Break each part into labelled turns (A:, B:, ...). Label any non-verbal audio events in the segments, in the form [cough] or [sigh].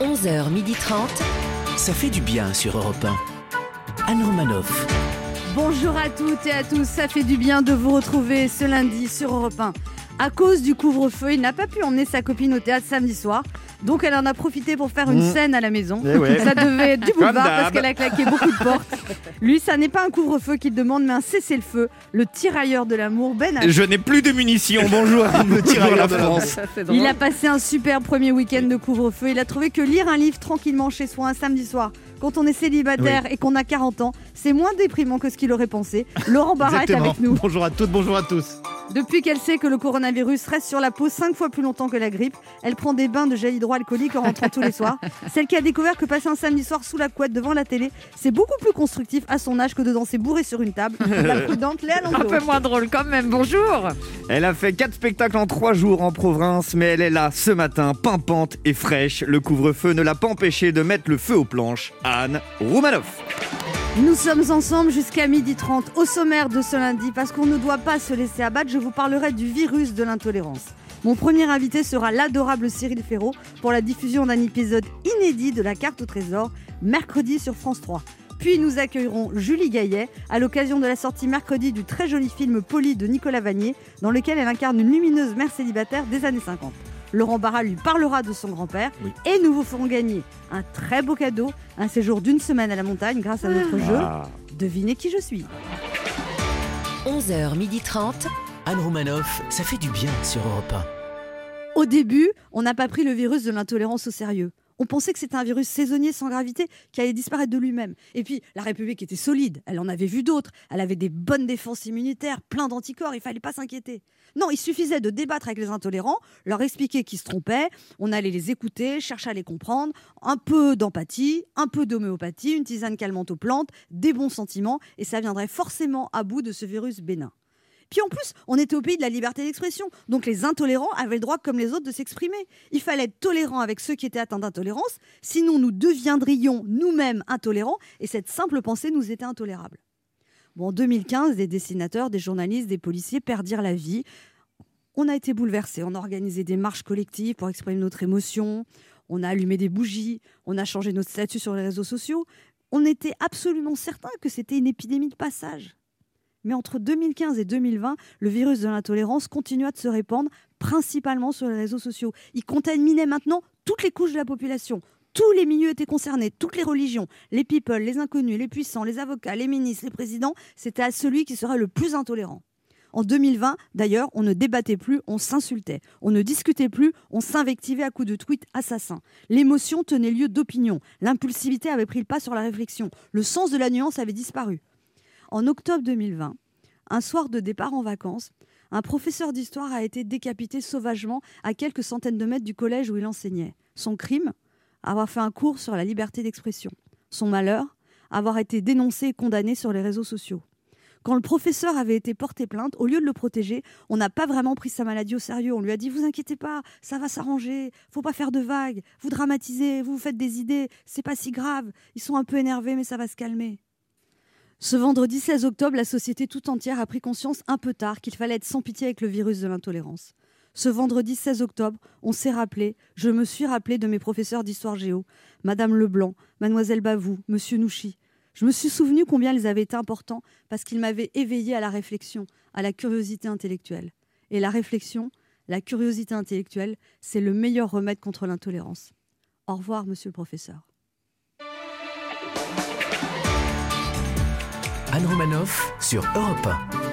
A: 11h30.
B: Ça fait du bien sur Europe 1. Anne Romanoff.
C: Bonjour à toutes et à tous, ça fait du bien de vous retrouver ce lundi sur Europe 1. À cause du couvre-feu, il n'a pas pu emmener sa copine au théâtre samedi soir. Donc elle en a profité pour faire une
D: Mmh.
C: scène à la maison.
D: Eh ouais.
C: [laughs] Ça devait être du
D: Comme
C: boulevard parce
D: d'hab.
C: qu'elle a claqué beaucoup de portes. Lui, ça n'est pas un couvre-feu qu'il demande, mais un cessez-le-feu. Le tirailleur de l'amour, Ben H.
E: Je n'ai plus de munitions. Bonjour, me tireur la France.
C: Il a passé un super premier week-end de couvre-feu. Il a trouvé que lire un livre tranquillement chez soi un samedi soir, quand on est célibataire et qu'on a 40 ans, c'est moins déprimant que ce qu'il aurait pensé. Laurent Barra est
D: Exactement.
C: avec nous.
D: Bonjour à toutes, bonjour à tous.
C: Depuis qu'elle sait que le coronavirus reste sur la peau 5 fois plus longtemps que la grippe, elle prend des bains de gel hydroalcoolique en rentrant tous
F: [laughs]
C: les soirs. Celle qui a découvert que passer un samedi soir sous la couette devant la télé, c'est beaucoup plus constructif à son âge que de danser bourré sur
F: [laughs]
C: une table.
E: [laughs]
C: La prudente Léa
F: Un
C: Landau.
F: peu moins drôle quand même, bonjour
E: Elle a fait 4 spectacles en 3 jours en province, mais elle est là ce matin, pimpante et fraîche. Le couvre-feu ne l'a pas empêchée de mettre le feu aux planches. Anne Roumanoff.
C: Nous sommes ensemble jusqu'à 12h30 au sommaire de ce lundi parce qu'on ne doit pas se laisser abattre. Je vous parlerai du virus de l'intolérance. Mon premier invité sera l'adorable Cyril Ferraud pour la diffusion d'un épisode inédit de la carte au trésor mercredi sur France 3. Puis nous accueillerons Julie Gaillet à l'occasion de la sortie mercredi du très joli film Poli de Nicolas Vanier dans lequel elle incarne une lumineuse mère célibataire des années 50. Laurent Barra lui parlera de son grand-père
E: Oui.
C: et nous vous ferons gagner un très beau cadeau, un séjour d'une semaine à la montagne grâce à notre jeu Devinez qui je suis.
A: 11h30.
B: Anne Romanoff, ça fait du bien sur Europe 1.
C: Au début, on n'a pas pris le virus de l'intolérance au sérieux. On pensait que c'était un virus saisonnier sans gravité qui allait disparaître de lui-même. Et puis, la République était solide, elle en avait vu d'autres, elle avait des bonnes défenses immunitaires, plein d'anticorps, il fallait pas s'inquiéter. Non, il suffisait de débattre avec les intolérants, leur expliquer qu'ils se trompaient, on allait les écouter, chercher à les comprendre, un peu d'empathie, un peu d'homéopathie, une tisane calmante aux plantes, des bons sentiments, et ça viendrait forcément à bout de ce virus bénin. Puis en plus, on était au pays de la liberté d'expression. Donc les intolérants avaient le droit, comme les autres, de s'exprimer. Il fallait être tolérant avec ceux qui étaient atteints d'intolérance, sinon nous deviendrions nous-mêmes intolérants, et cette simple pensée nous était intolérable. Bon, en 2015, des dessinateurs, des journalistes, des policiers perdirent la vie. On a été bouleversés, on a organisé des marches collectives pour exprimer notre émotion, on a allumé des bougies, on a changé notre statut sur les réseaux sociaux. On était absolument certain que c'était une épidémie de passage. Mais entre 2015 et 2020, le virus de l'intolérance continua de se répandre, principalement sur les réseaux sociaux. Il contaminait maintenant toutes les couches de la population. Tous les milieux étaient concernés, toutes les religions, les people, les inconnus, les puissants, les avocats, les ministres, les présidents. C'était à celui qui serait le plus intolérant. En 2020, d'ailleurs, on ne débattait plus, on s'insultait. On ne discutait plus, on s'invectivait à coups de tweets assassins. L'émotion tenait lieu d'opinion. L'impulsivité avait pris le pas sur la réflexion. Le sens de la nuance avait disparu. En octobre 2020, un soir de départ en vacances, un professeur d'histoire a été décapité sauvagement à quelques centaines de mètres du collège où il enseignait. Son crime Avoir fait un cours sur la liberté d'expression. Son malheur Avoir été dénoncé et condamné sur les réseaux sociaux. Quand le professeur avait été porté plainte, au lieu de le protéger, on n'a pas vraiment pris sa maladie au sérieux. On lui a dit Vous inquiétez pas, ça va s'arranger, faut pas faire de vagues, vous dramatisez, vous vous faites des idées, c'est pas si grave, ils sont un peu énervés, mais ça va se calmer. Ce vendredi 16 octobre, la société tout entière a pris conscience un peu tard qu'il fallait être sans pitié avec le virus de l'intolérance. Ce vendredi 16 octobre, on s'est rappelé, je me suis rappelé de mes professeurs d'histoire géo, Madame Leblanc, Mademoiselle Bavou, Monsieur Nouchi. Je me suis souvenu combien ils avaient été importants parce qu'ils m'avaient éveillé à la réflexion, à la curiosité intellectuelle. Et la réflexion, la curiosité intellectuelle, c'est le meilleur remède contre l'intolérance. Au revoir, monsieur le professeur.
B: Anne Romanoff sur Europe 1.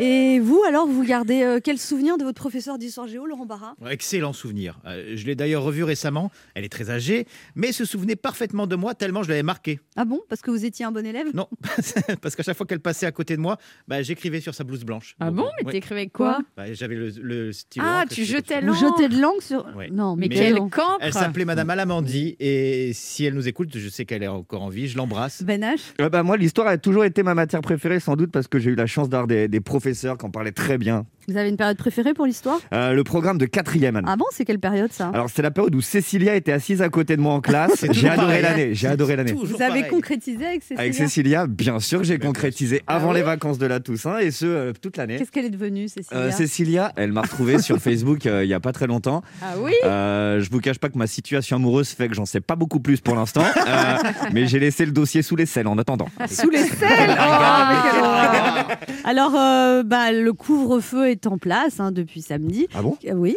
C: Et vous, alors, vous gardez euh, quel souvenir de votre professeur d'histoire géo, Laurent Barra
D: Excellent souvenir. Euh, je l'ai d'ailleurs revu récemment. Elle est très âgée, mais se souvenait parfaitement de moi tellement je l'avais marqué.
C: Ah bon Parce que vous étiez un bon élève
D: Non, [laughs] parce qu'à chaque fois qu'elle passait à côté de moi, bah, j'écrivais sur sa blouse blanche.
F: Ah
D: Donc,
F: bon
G: Oh,
D: euh,
F: Mais
D: ouais.
F: t'écrivais quoi
D: Bah, J'avais le, le stylo.
F: Ah,
D: encre,
F: tu
D: j'étais
F: jetais
D: comme
F: l'encre.
D: ça.
C: Vous jetez de langue sur...
D: Ouais.
C: Non,
F: Mais
D: Mais
F: quel
C: non.
F: campre
D: Elle s'appelait Madame Alamandi et si elle nous écoute, je sais qu'elle est encore en vie, je l'embrasse.
C: Ben H
E: Ah bah moi, l'histoire a toujours été ma matière préférée, sans doute parce que j'ai eu la chance d'avoir des, des professeur qui en parlait très bien.
C: Vous avez une période préférée pour l'histoire
E: Euh, le programme de quatrième année.
C: Ah bon, c'est quelle période ça
E: Alors c'était la période où Cécilia était assise à côté de moi en [laughs] classe.
D: C'est
E: J'ai
D: toujours
E: adoré
D: pareil.
E: l'année. J'ai adoré l'année.
D: Toujours
C: Vous avez
D: pareil.
C: concrétisé avec Cécilia
E: Avec Cécilia, bien sûr, que j'ai concrétisé avant
C: Ah
E: les
C: oui
E: vacances de la Toussaint et ce euh, toute l'année.
C: Qu'est-ce qu'elle est devenue, Cécilia
E: Euh, Cécilia, elle m'a retrouvé
C: [laughs]
E: sur Facebook euh, il y a pas très longtemps.
F: Ah oui
E: Euh, je vous cache pas que ma situation amoureuse fait que j'en sais pas beaucoup plus pour l'instant, Euh,
C: [laughs]
E: mais j'ai laissé le dossier sous les selles en attendant.
C: Sous les selles
F: Ah, mais quelle horreur.
C: [laughs] Alors, euh, bah, le couvre-feu est en place hein, depuis samedi.
E: Ah bon
C: Euh, Oui.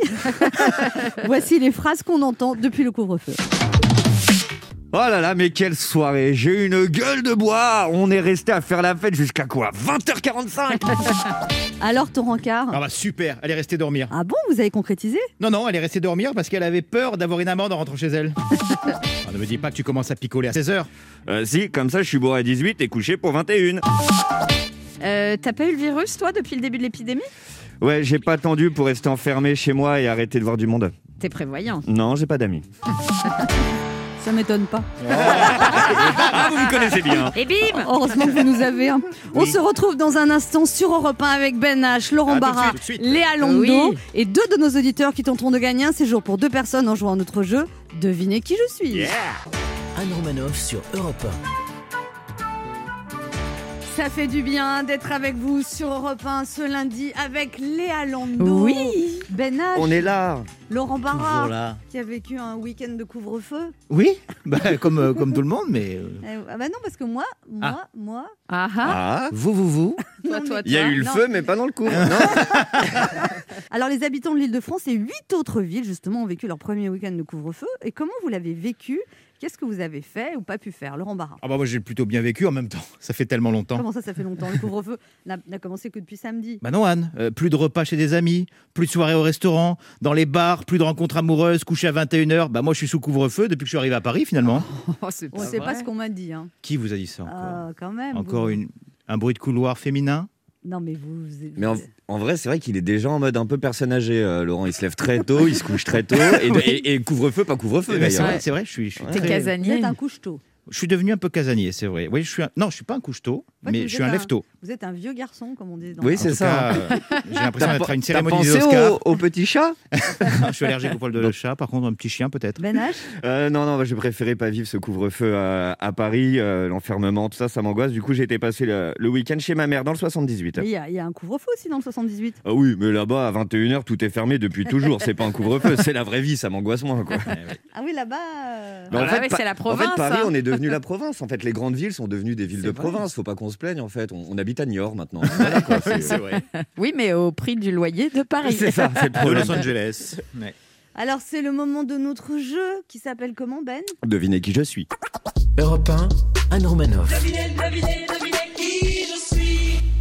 C: [laughs] Voici les phrases qu'on entend depuis le couvre-feu.
E: Oh là là, mais quelle soirée J'ai eu une gueule de bois On est resté à faire la fête jusqu'à quoi 20h45
C: [laughs] Alors, ton rencard
D: Ah bah super, elle est restée dormir.
C: Ah bon, vous avez concrétisé
D: Non, non, elle est restée dormir parce qu'elle avait peur d'avoir une amende en rentrant chez elle. Ah, ne me dis pas que tu commences à picoler à 16h.
E: euh, Si, comme ça, je suis bourré à 18 et couché pour 21.
F: Euh, T'as pas eu le virus, toi, depuis le début de l'épidémie
E: Ouais, j'ai pas attendu pour rester enfermé chez moi et arrêter de voir du monde.
F: T'es prévoyant.
E: Non, j'ai pas d'amis.
C: [laughs] Ça m'étonne pas.
E: Ah, vous me connaissez bien
F: Et bim
C: Oh, Heureusement que vous nous avez. hein. On
D: Oui.
C: se retrouve dans un instant sur Europe 1 avec Ben H,
D: Ah,
C: Laurent
D: tout de
C: Barra,
D: suite, tout de suite.
C: Léa Londo
F: Oui.
C: et deux de nos auditeurs qui tenteront de gagner un séjour pour deux personnes en jouant à notre jeu. Devinez qui je suis.
B: Anne Romanoff sur Europe
C: Ça fait du bien d'être avec vous sur Europe 1 ce lundi avec Léa Londo,
F: Oui
C: Ben H,
E: On est là
C: Laurent Barra
D: là.
C: qui a vécu un week-end de couvre-feu.
D: Oui, bah, comme, euh, comme tout le monde, mais. euh,
C: Euh, ah bah non parce que moi, moi, moi,
F: Ah ah
E: Ah
D: Vous, vous, vous. Ah.
F: Toi,
C: non,
F: toi,
C: mais-
E: Il y a eu le
C: Non.
E: feu, mais pas dans le cours. Non
C: Alors, les habitants de l'île de France et huit autres villes, justement, ont vécu leur premier week-end de couvre-feu. Et comment vous l'avez vécu Qu'est-ce que vous avez fait ou pas pu faire Laurent Barra.
D: Ah bah moi j'ai plutôt bien vécu en même temps. Ça fait tellement longtemps.
C: Comment ça, ça fait longtemps Le couvre-feu [laughs] n'a n'a commencé que depuis
D: [laughs]
C: samedi.
D: Bah non Anne, Euh, plus de repas chez des amis, plus de soirées au restaurant, dans les bars, plus de rencontres amoureuses, coucher à 21h. Bah moi je suis sous couvre-feu depuis que je suis arrivé à Paris finalement.
F: Oh, c'est
C: On ne sait pas ce qu'on m'a dit. hein.
D: Qui vous a dit ça encore
C: Ah, quand même.
D: Encore
C: vous-
D: une, un bruit de couloir féminin
C: Non, mais vous. vous-
E: Mais en, en vrai, c'est vrai qu'il est déjà en mode un peu personne âgée, euh, Laurent. Il se lève très tôt, il se couche très tôt, et,
D: [laughs]
E: et- et couvre-feu, pas couvre-feu
D: Eh ben, C'est
E: d'ailleurs.
D: vrai, c'est vrai, je suis, je suis
E: T'es
F: T'es
D: très-
C: Vous êtes
F: casanier.
C: un couche-tôt.
D: Je suis devenu un peu casanier, c'est vrai. Oui, je suis un- non, je suis pas un couche-tôt,
C: fait,
D: mais
C: vous
D: je suis
C: êtes
D: un
C: un-
D: lève-tôt.
C: Vous êtes un vieux garçon, comme on dit. dans-
E: Oui,
D: En
E: c'est
D: tout
E: ça.
C: [laughs]
D: cas, euh, j'ai l'impression
E: T'as
D: d'être à une
E: T'as
D: cérémonie des
E: pensé
D: Oscars.
E: au, au petit chat
D: [laughs] Je suis allergique au poil de chat, par contre, un petit chien peut-être.
C: Ben H,
E: Euh, Non, non, j'ai préféré pas vivre ce couvre-feu à, à Paris, euh, l'enfermement, tout ça, ça m'angoisse. Du coup, j'ai été passer le, le week-end chez ma mère dans le 78.
C: il y, a- il y a un couvre-feu aussi dans le 78.
E: Ah oui, mais là-bas, à 21h, tout est fermé depuis toujours. C'est pas un couvre-feu, c'est la vraie vie, ça m'angoisse moins. Quoi.
C: Ah oui, là-bas. euh,
E: Mais
F: Ah
E: en
F: bah
E: fait,
F: ouais,
E: pa-
F: c'est la
E: En
F: province.
E: fait, Paris,
F: hein.
E: on est devenu la province. En fait, les grandes villes sont devenues des villes de province. Faut pas qu'on se plaigne, en fait. On, on habite à Niort
D: [laughs]
E: maintenant. Voilà, quoi, c'est-
G: [laughs]
E: euh,
D: C'est vrai.
F: Oui, mais au prix du loyer de Paris.
E: c'est ça, c'est le
G: [laughs]
D: De
E: problème.
D: Los Angeles. Ouais.
C: Alors, c'est le moment de notre jeu qui s'appelle comment, Ben
E: Devinez qui je suis.
B: 1. Europe 1, Anne Romanoff.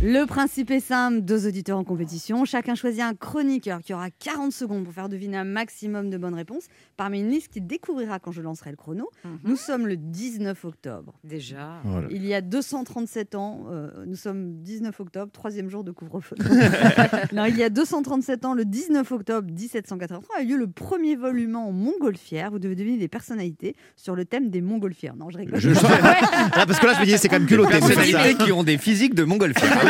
C: Le principe est simple, deux auditeurs en compétition, chacun choisit un chroniqueur qui aura 40 secondes pour faire deviner un maximum de bonnes réponses parmi une liste qu'il découvrira quand je lancerai le chrono.
F: Mhm.
C: Nous sommes le 19 octobre.
F: Déjà.
C: Il y a 237 ans, euh, nous sommes 19 octobre, troisième jour
D: [laughs]
C: de couvre-feu. [laughs] Non, il y a 237 ans, le 19 octobre 1783, a eu lieu le premier vol humain en montgolfière. Vous devez deviner des personnalités sur le thème des montgolfières. Non, je rigole.
D: Je sens- Là, Ah, parce que là, je me disais, c'est quand même culotté. de faire ça.
E: Personnalités qui ont des physiques de montgolfière.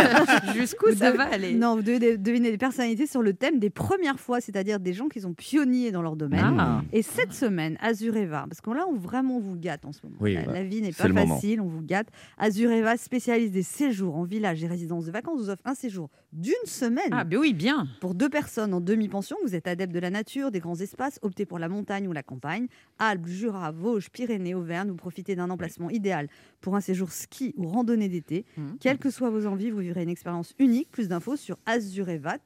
F: Jusqu'où ça va aller
C: Non, vous devez dé- deviner des personnalités sur le thème des premières fois, c'est-à-dire des gens qui sont pionniers dans leur domaine.
F: Ah.
C: Et cette semaine, Azureva, parce qu'on là, on vraiment vous gâte en ce moment.
E: Oui,
C: la,
E: bah,
C: la vie n'est
E: c'est
C: pas
E: le moment.
C: facile, on vous gâte. Azureva, spécialiste des séjours en village et résidences de vacances, vous offre un séjour d'une semaine
F: Ah, ben oui, bien.
C: pour deux personnes en demi-pension. Vous êtes adepte de la nature, des grands espaces, optez pour la montagne ou la campagne. Alpes, Jura, Vosges, Pyrénées, Auvergne, vous profitez d'un emplacement idéal pour un séjour ski ou randonnée d'été.
F: Mhm.
C: Quelles que soient vos envies, vous vivrez une expérience unique. Plus d'infos sur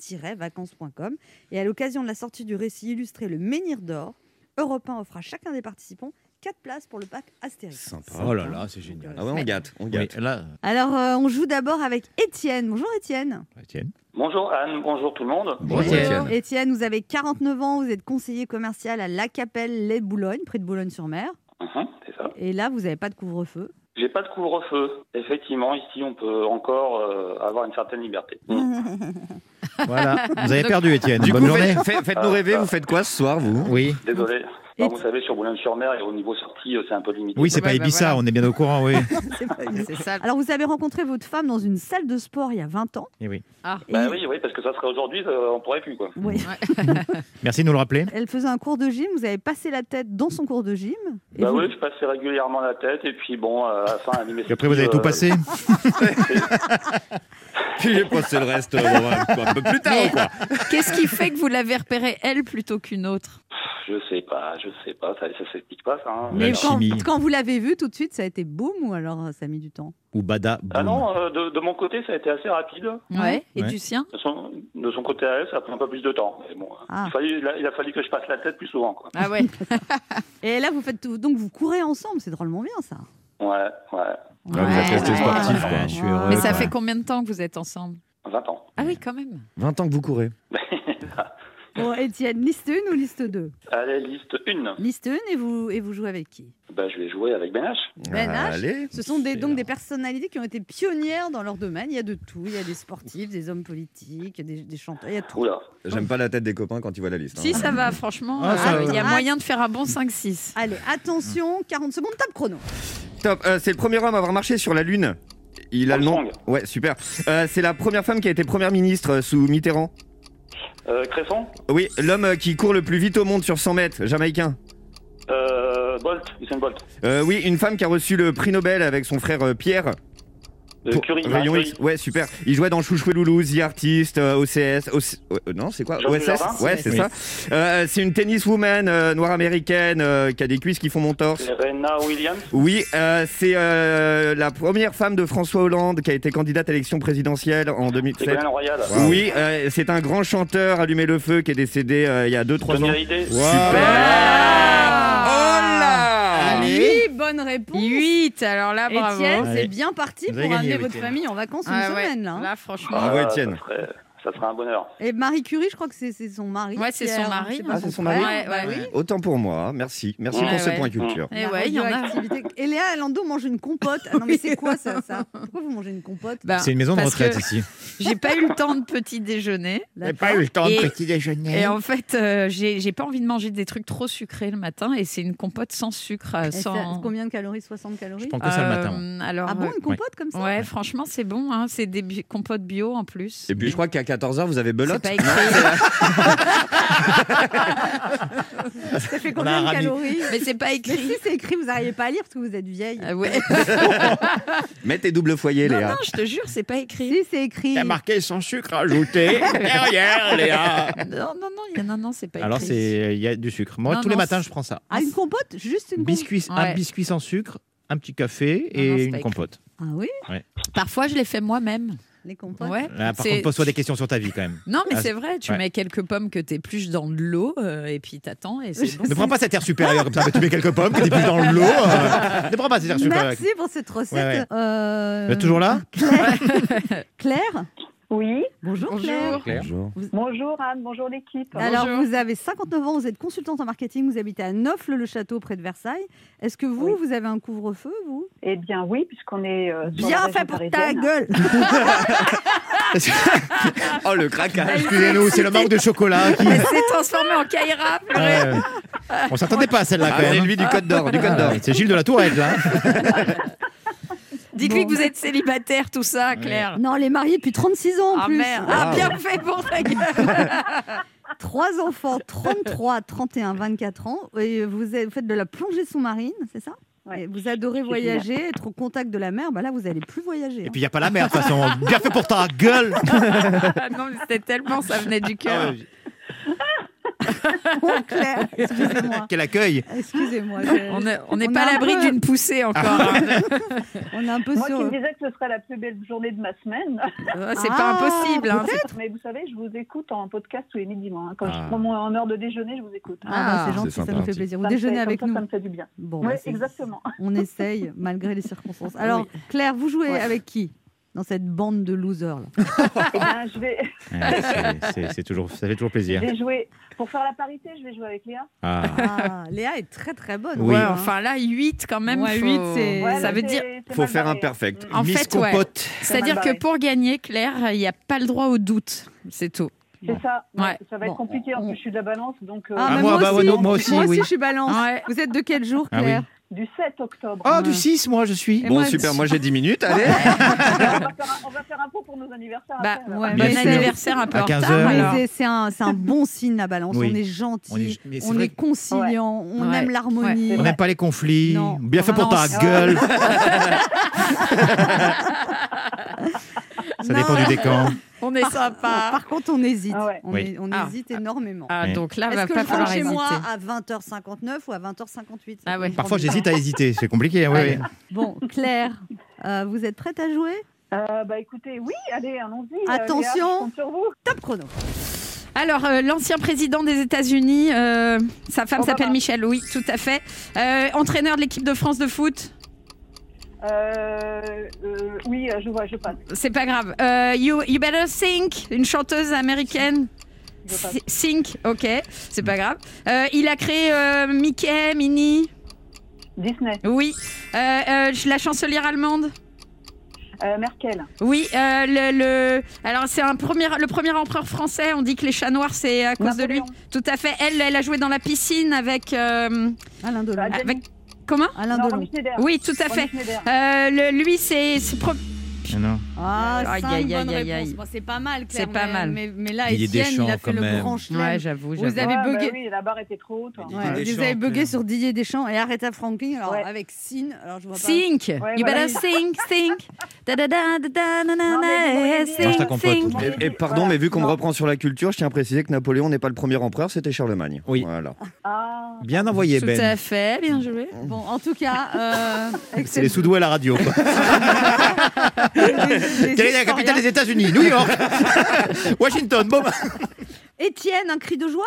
C: azureva-vacances.com. Et à l'occasion de la sortie du récit illustré Le Menhir d'Or, Europe 1 offre à chacun des participants quatre places pour le pack Astérix.
E: Sympa.
D: Oh là là, c'est génial.
E: Ah ouais, on gâte, on
D: Oui,
E: gâte. [laughs]
D: là,
C: Alors, euh, on joue d'abord avec Étienne. Bonjour Étienne.
D: Étienne.
A: Bonjour Anne, bonjour tout le monde.
E: Bonjour,
D: Bonjour.
E: Étienne.
C: Étienne, vous avez 49 ans, vous êtes conseiller commercial à La Capelle, les Boulogne, près de Boulogne-sur-Mer.
A: Mhm, c'est ça.
C: Et là, vous n'avez pas de couvre-feu.
A: J'ai pas de couvre-feu. Effectivement, ici on peut encore euh, avoir une certaine liberté. Mhm.
D: Voilà. Vous avez perdu, Étienne.
E: Du
D: Bonne
E: coup,
D: journée.
E: faites- faites- faites-nous rêver, vous faites quoi ce soir, vous
D: Oui.
A: Désolé. Alors, vous savez, sur Boulogne-sur-Mer et au niveau sortie, euh, c'est un peu limité.
D: Oui, c'est
G: Ouais,
D: pas
G: bah
D: Ibiza,
G: voilà.
D: on est bien au courant,
E: [laughs]
D: oui.
C: C'est pas une-
G: C'est ça.
C: Alors, vous avez rencontré votre femme dans une salle de sport il y a 20 ans.
D: Eh oui.
C: Et
A: Bah oui, oui, parce que ça serait aujourd'hui, euh, on pourrait plus, quoi.
C: Ouais.
D: Merci de nous le rappeler.
C: [laughs] Elle faisait un cours de gym, vous avez passé la tête dans son cours de gym. et
A: Bah
C: vous-
A: oui, je passais régulièrement la tête, et puis bon, euh, à la fin, elle m'est
D: Et après, vous avez tout passé
A: [laughs]
E: Puis j'ai passé le reste euh, bon, euh, quoi, un peu plus tard,
G: Mais-
E: quoi.
G: Qu'est-ce qui fait que vous l'avez repérée, elle, plutôt qu'une autre
A: Je sais pas, je sais pas, ça, ça s'explique pas, ça. hein.
C: Mais
D: La
C: quand,
D: chimie.
C: quand vous l'avez vue, tout de suite, ça a été boum ou alors euh, ça a mis du temps
D: Ou Bada
A: Ah
D: boum.
A: non, euh, de, de mon côté, ça a été assez rapide.
G: Ouais. Et
D: Ouais.
G: du sien
A: De son, de son côté à elle, ça a pris un peu plus de temps. Mais bon,
C: Ah.
A: il, fallait- il a, il a fallu que je passe la tête plus souvent, quoi.
G: Ah ouais.
C: [laughs] Et là, vous faites tout- donc vous courez ensemble, c'est drôlement bien ça.
A: Ouais, ouais,
E: Ah, vous êtes resté
G: Ouais,
E: sportif,
G: ouais.
E: quoi.
D: Ouais, je suis heureux.
G: Mais ça
D: quoi.
G: fait combien de temps que vous êtes ensemble
A: 20 ans.
G: Ah oui, quand même.
E: 20 ans que vous courez.
C: Bon, Étienne, liste 1 ou liste 2
A: Allez, liste 1.
C: Liste 1 et vous, et vous jouez avec qui
A: Bah, je vais jouer avec Ben H.
C: Ben H.
E: Bah, Allez.
C: Ce sont des, donc des personnalités qui ont été pionnières dans leur domaine. Il y a de tout. Il y a des sportifs, des hommes politiques, des, des chanteurs, il y a tout.
A: Oula.
E: J'aime pas la tête des copains quand ils voient la liste. hein.
G: Si, ça va, franchement.
D: Ah, ça va.
G: euh, Il y a moyen de faire un bon 5-6.
C: Allez, attention, 40 secondes, top chrono.
E: Top. Euh, c'est le premier homme à avoir marché sur la Lune. Il a le nom.
A: Armstrong.
E: Ouais, super. Euh, c'est la première femme qui a été première ministre euh, sous Mitterrand.
A: Euh, Cresson
E: Oui, l'homme euh, qui court le plus vite au monde sur 100 mètres, jamaïcain.
A: euh, Bolt Usain Bolt
E: Euh, oui, une femme qui a reçu le prix Nobel avec son frère euh, Pierre.
A: Euh,
E: Pour-
A: Curie
E: Rayon
A: Marie
E: X. Ouais, super. Il jouait dans Chouchoué Loulou, The Artist, euh, OCS. OC- euh, non, c'est quoi
A: Jean
E: OSS
A: Dujardin
E: Ouais, c'est
D: Oui.
E: ça. Euh, c'est une tenniswoman euh, noire américaine euh, qui a des cuisses qui font mon torse.
A: Curie, Serena Williams
E: Oui, euh, c'est euh, la première femme de François Hollande qui a été candidate à l'élection présidentielle en 2007.
A: Ségolène Royal
E: Oui, euh, c'est un grand chanteur Allumez le feu qui est décédé euh, il y a 2-3 ans.
A: Johnny Hallyday
E: Super Oh là
C: Oui, bonne réponse.
G: 8, alors là, Ah, bravo.
C: Étienne,
D: Allez.
C: c'est bien parti
D: Vous
C: pour
D: avez
C: amener
D: gagné,
C: votre
D: Étienne.
C: famille en vacances
G: Ah
C: une
G: ouais,
C: semaine. là, hein.
G: Là, franchement.
E: Bravo,
A: Ah,
E: Étienne.
A: Ça serait, ça serait un bonheur.
C: Et Marie Curie, je crois que c'est c'est son mari.
G: Ouais, c'est son
C: Pierre,
G: mari.
C: je sais pas
E: Ah, c'est son
C: frère.
E: mari
G: Ouais, ouais,
C: Bah oui.
E: Autant pour moi, merci. Merci
A: Ouais,
E: pour ce
G: ouais.
E: point culture.
G: Eh
C: La
G: ouais, il y en a.
C: radioactivité. Et Léa Lando mange une compote. Ah non, mais c'est quoi ça,
G: [laughs]
C: ça Pourquoi vous mangez une compote
G: Ben,
D: C'est une maison de
G: parce
D: retraite
G: que
D: ici.
G: J'ai pas eu le temps de petit déjeuner.
D: pas eu le temps
G: de Et-
D: petit déjeuner.
G: Et en fait, euh, j'ai j'ai pas envie de manger des trucs trop sucrés le matin. Et c'est une compote sans sucre. euh,
C: Et ça,
G: Sans...
C: Combien de calories 60 calories
D: Je prends que ça le
G: Euh,
D: matin. moi.
G: alors,
C: Ah bon, une compote comme
G: euh,
C: ça
G: ouais, franchement, c'est bon. hein. C'est des bi- compotes bio en plus.
E: Et puis je crois qu'à 14h, vous avez
G: c'est
E: belote.
G: pas écrit.
C: Ça fait
D: On a
C: combien
D: un
C: de
D: rami.
C: calories
G: mais c'est pas
C: Mais
G: écrit.
C: si c'est écrit, vous n'arrivez pas à lire parce que vous êtes vieille.
G: Ah ouais.
E: Mets tes doubles foyers,
G: non,
D: euh,
E: Léa.
G: non, je te jure, c'est pas écrit.
C: Si c'est écrit.
D: marqué sans sucre
G: [laughs]
D: ajouté derrière, Léa.
C: [laughs]
G: Non, non, non, il y en a- non, non, c'est pas écrit.
D: Alors, c'est il y a du sucre. Moi,
G: Non,
D: tous
G: non,
D: les matins,
G: c'est-
D: je prends ça.
C: Ah, une compote Juste une compote
D: Biscuit, Un
G: Ouais.
D: biscuit sans sucre, un petit café et
G: non, c'est pas
D: une
G: écrit.
D: compote.
C: Ah oui,
G: Parfois, je les fais moi-même.
C: les compotes.
G: Ouais.
D: Là, par
G: C'est-
D: contre, pose-toi des questions sur ta vie quand même.
G: Non, mais
D: Ah,
G: c'est vrai. Tu
D: ouais.
G: mets quelques pommes que t'épluches dans de l'eau euh, et puis t'attends et c'est bon.
D: Ne prends pas cette air supérieure comme ça, mais tu mets quelques pommes, tu plus dans l'eau.
G: [laughs]
D: euh, Ne prends pas cette air supérieure.
C: Merci pour cette recette.
D: Ouais, ouais.
C: Euh,
D: Vous êtes toujours
C: [laughs]
D: là
C: Claire. [laughs] Claire
H: Oui.
C: Bonjour, Claire.
G: Bonjour.
E: Bonjour.
H: Bonjour Anne, bonjour l'équipe.
C: Alors,
G: Bonjour.
C: vous avez 59 ans, vous êtes consultante en marketing, vous habitez à Neufle-le-Château, près de Versailles. Est-ce que vous,
H: Oui.
C: vous avez un couvre-feu, vous
H: Eh bien oui, puisqu'on est euh, sur la
C: Bien
H: région
C: fait pour ta
H: parisienne.
C: gueule
G: [laughs]
E: Oh, le craquage.
D: Excusez-nous, c'est le manque de chocolat. qui-
G: Elle s'est transformée en Kaira. purée.
D: Ouais. On s'attendait pas à celle-là quand
E: Ah, c'est
D: même.
E: lui du code d'or, du code
D: Ah,
E: d'or.
D: C'est Gilles de la Tourette [laughs] là.
G: Dites-lui
C: Bon.
G: que vous êtes célibataire, tout ça, Claire.
C: Non, elle est mariée depuis 36 ans en
G: Ah
C: plus.
G: merde,
E: Ah,
G: ah, bien fait pour ta gueule.
C: Trois
H: [laughs]
C: enfants, 33, 31, 24 ans. Et vous, êtes- vous faites de la plongée sous-marine, c'est ça
H: Ouais.
C: Et Vous adorez voyager, être au contact de la mer. Bah là, vous allez plus
D: Et
C: voyager. hein.
D: puis il n'y a pas la mer de toute
C: [laughs]
D: façon. Bien fait pour ta gueule.
G: Ah non, mais c'était tellement, ça venait du
D: Ah
G: cœur.
D: [laughs]
C: Oh, Claire, excusez-moi.
D: Quel accueil.
C: [laughs] Excusez-moi.
G: On
C: je-
G: n'est on n'est
C: On
G: pas
C: a
G: à
C: un
G: l'abri
C: peu-
G: d'une poussée encore.
D: Ah.
G: hein.
C: On est un peu
H: Moi qui
C: sur.
H: me disais que ce serait la plus belle journée de ma semaine.
G: Ah, C'est pas
C: Ah,
G: impossible. hein.
H: Mais vous savez, je vous écoute en podcast tous les midis. moi, hein. Quand je
E: Ah.
H: prends mon en heure de déjeuner, je vous écoute.
C: Ah, bah,
G: Ah,
C: c'est gentil,
E: c'est sympa,
C: ça nous fait
E: gentil.
C: plaisir.
H: Ça
C: Vous
H: me
C: déjeunez
H: fait-
C: avec
H: comme ça,
C: nous.
H: Ça me fait du bien.
C: Bon,
H: oui,
C: bah, c'est-
H: exactement.
C: [laughs] On essaye, malgré les circonstances. Alors, Claire, vous jouez
H: Ouais.
C: avec qui dans cette bande de losers là
H: Eh bien, je vais,
D: Ouais, [laughs]
H: [laughs]
D: c'est- c'est- C'est toujours, ça fait toujours
H: je
D: plaisir.
H: vais jouer. Pour faire la parité, je vais jouer avec Léa.
D: Ah.
C: Ah, Léa est très très bonne.
D: Oui.
G: Ouais,
C: hein.
G: enfin là, 8 quand même.
C: Ouais,
G: faut-
C: huit, c'est- Ouais,
G: ça
H: là,
G: veut
H: c'est-
G: dire.
H: c'est
E: Faut
H: mal
E: faire un
H: barré.
E: perfect.
G: En
D: Miss
G: fait, ouais.
D: Compote.
G: C'est-à-dire
H: mal
G: que
H: barré.
G: pour gagner, Claire, il n'y a pas le droit au doute. C'est tout.
H: C'est ça. Ouais,
F: Ouais.
H: Ça va être
G: Bon,
H: compliqué. En
G: on-
H: plus, je suis de la balance, donc euh,
D: Ah,
G: mais
D: moi, bah, ouais, non, moi aussi,
G: moi
D: oui.
G: je suis balance.
F: Ouais.
G: Vous êtes de quel jour,
D: Ah oui.
G: Claire
H: du 7 octobre.
D: Ah, du 6, moi, je suis.
G: Et
E: Bon,
G: moi,
E: super,
G: je-
E: moi j'ai 10 minutes, allez
H: on, va faire un, on va faire un pot pour nos anniversaires.
F: Bah,
H: après, alors.
F: ouais,
D: Bien
F: bon
D: sûr.
F: anniversaire un peu
D: À
F: en
D: 15
F: retard,
D: heures.
C: Mais
F: alors.
C: c'est- c'est un, c'est un bon signe, la balance.
D: Oui.
C: On est gentil,
D: On
C: on
D: est-
C: est,
D: mais c'est vrai que-
C: conciliant, on
F: Ouais.
C: aime l'harmonie.
H: Ouais.
D: On n'aime pas les conflits.
C: Non.
D: Bien fait pour ta
F: Non,
D: gueule.
C: [laughs]
D: Ça dépend du
C: Non.
D: décan.
F: On est
C: Par,
F: sympa.
C: par contre, on hésite.
H: Ah ouais.
C: On,
D: Oui.
C: est- on
F: Ah.
C: hésite énormément.
F: Ah, donc là,
C: Est-ce
F: va pas
C: que je rentre
F: falloir
C: chez
F: hésiter.
C: moi à 20h59 ou à 20h58
F: Ah ouais.
D: [laughs] Parfois, j'hésite à hésiter. C'est compliqué. hein. oui,
F: Ouais.
D: oui.
C: Bon, Claire, [laughs] euh, vous êtes prête à jouer
H: Euh, bah écoutez, oui, allez, allons-y. euh,
C: Attention.
H: Léa, je compte sur vous.
C: Top chrono.
F: Alors, euh, l'ancien président des États-Unis, euh, sa femme
H: Obama.
F: s'appelle Michelle, oui, tout à fait. Euh, entraîneur de l'équipe de France de foot,
H: Euh, euh, oui, euh, je vois, je passe.
F: c'est pas grave. Euh, you, You Better Think, une chanteuse américaine.
H: Je passe.
F: Si- Think, ok, c'est pas grave. Euh, il a créé euh, Mickey, Minnie,
H: Disney,
F: oui. Euh, euh, la chancelière allemande,
H: euh, Merkel,
F: oui. Euh, le, le- alors, c'est un premier, le premier empereur français, on dit que les chats noirs, c'est à cause de lui.
H: Napoléon.
F: Tout à fait. Elle, elle a joué dans la piscine avec. euh,
C: Alain Delon.
H: Bah,
F: avec comment
C: Alain
H: non,
C: Delon.
H: Romy Schneider.
F: Oui, tout à fait.
H: Romy Schneider.
F: Euh, le- lui, c'est. c'est pro-
D: Mais non.
C: Ah,
F: Aïe,
C: cinq
F: aïe,
C: bonnes
F: aïe, aïe, Ah,
C: réponses.
F: aïe.
C: Bon, c'est pas mal, Claire.
F: C'est pas
C: mais-
F: mal.
C: Mais, mais là,
I: Il est
C: Étienne, il
I: Deschamps,
C: a fait
I: quand
C: le
I: même.
C: grand chelem.
F: j'avoue.
C: Vous avez
H: Ouais, bah
C: bugué.
H: oui, la barre était trop haute. hein.
I: Il
C: Ouais,
I: Didier
C: vous
I: Deschamps,
C: avez bugué
I: Claire.
C: sur Didier Deschamps et Aretha Franklin. Alors
H: Ouais.
C: avec Sin, alors je vois pas.
F: Think,
H: Ouais,
F: you
H: voilà.
F: better think,
I: [laughs]
F: think, da da da da da na na
H: Non, mais
C: eh,
F: na,
H: vous voyez
D: bien. Non, je
F: think,
D: te comprends,
F: think.
D: tout.
E: Et, et pardon,
H: Voilà.
E: mais vu qu'on me
H: Non.
E: reprend sur la culture, je tiens à préciser que Napoléon n'est pas le premier empereur, c'était Charlemagne.
D: Oui.
E: Voilà.
H: Ah,
D: Bien envoyé,
F: Tout
D: Ben.
F: à fait, bien joué.
C: [laughs] Bon, en tout cas, euh,
D: C'est les
C: excellent.
D: sous à la radio. quoi.
C: Les- les
D: Quelle est la capitale
C: historiens.
D: des États-Unis
E: [laughs]
D: New York Washington. Bon, bah,
C: Étienne, un cri de joie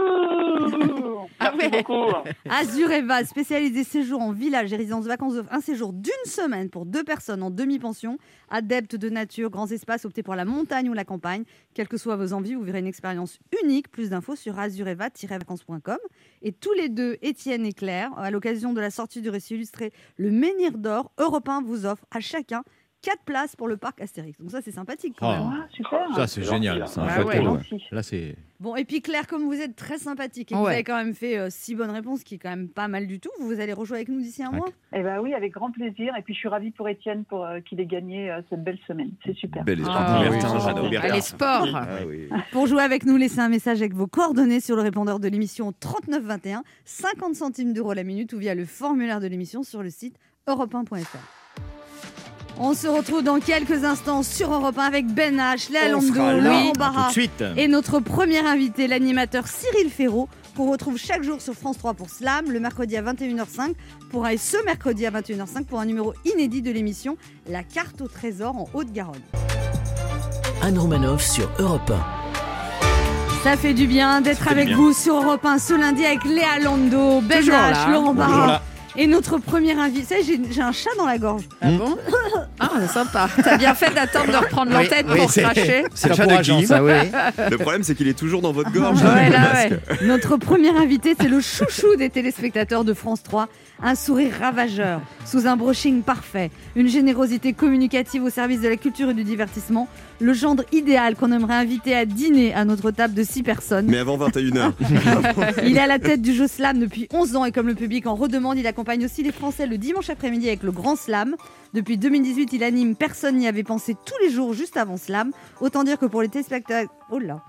A: Yahoo
F: Ah
A: Merci
F: ouais.
A: beaucoup.
C: Azur et Vaz, spécialisé séjour en village et résidence vacances, offre un séjour d'une semaine pour deux personnes en demi-pension. Adepte de nature, grands espaces, optez pour la montagne ou la campagne. Quelles que soient vos envies, vous verrez une expérience unique. Plus d'infos sur azureva-vacances.com. Et tous les deux, Étienne et Claire, à l'occasion de la sortie du récit illustré Le Menhir d'Or, Europe 1 vous offre à chacun quatre places pour le parc Astérix. Donc ça, c'est sympathique quand
D: Oh.
C: même.
H: ah, super.
I: Ça, c'est génial.
A: gentil,
I: ça,
A: hein.
I: un
F: Ah
I: photo,
F: ouais.
I: ouais.
H: Merci.
I: Là, c'est.
C: Bon, et puis Claire, comme vous êtes très sympathique et que vous
F: Ouais.
C: avez quand même fait euh, six bonnes réponses, qui est quand même pas mal du tout, vous allez rejouer avec nous d'ici un
D: Ouais.
C: mois
H: Eh ben oui, avec grand plaisir. Et puis je suis ravie pour Étienne pour euh, qu'il ait gagné euh, cette belle semaine. C'est super.
E: Bel esprit
F: Ah,
E: libertin,
F: oui.
E: j'adore.
D: Libertin.
F: Allez, sport.
E: Ah oui.
C: Pour jouer avec nous, laissez un message avec vos coordonnées sur le répondeur de l'émission au 3921, 50 centimes d'euros la minute ou via le formulaire de l'émission sur le site europe 1.fr. On se retrouve dans quelques instants sur Europe 1 avec Ben H, Léa
E: On
C: Landau,
E: sera là.
C: Laurent
D: à tout
C: Barra
D: de suite.
C: et notre premier invité, l'animateur Cyril Ferraud, qu'on retrouve chaque jour sur France 3 pour Slam, le mercredi à 21h05 pour un, et ce mercredi à 21h05 pour un numéro inédit de l'émission La carte au trésor en Haute-Garonne.
B: Anne Romanoff sur Europe
C: Ça fait du bien d'être avec vous sur Europe 1 ce lundi avec Léa Lando, Ben
F: Toujours
C: H,
F: là.
B: hein.
C: Laurent
E: Bonjour
C: Barra
E: là.
C: et notre premier invité. Ça, j'ai j'ai un chat dans la gorge.
E: Hmm
F: Ah bon Ah, sympa. [laughs] T'as [laughs] bien fait d'attendre de reprendre
D: Oui,
F: l'antenne
D: oui,
F: pour
D: c'est-
F: cracher.
E: [laughs] C'est le
D: Ça
E: chat de
D: pourra, Jean,
E: Guy. Ah
D: ça, oui.
J: Le problème, c'est qu'il est toujours dans votre gorge.
F: Ouais,
J: le
F: là,
J: masque.
F: ouais.
C: Notre premier invité, c'est le chouchou des téléspectateurs de France 3. Un sourire ravageur, sous un brushing parfait, une générosité communicative au service de la culture et du divertissement. Le gendre idéal qu'on aimerait inviter à dîner à notre table de 6 personnes.
J: Mais avant 21h.
C: [laughs] Il est à la tête du jeu slam depuis 11 ans et comme le public en redemande, il accompagne aussi les Français le dimanche après-midi avec le Grand Slam. Depuis 2018, il anime Personne n'y avait pensé tous les jours juste avant slam. Autant dire que pour les téléspectateurs, oh là,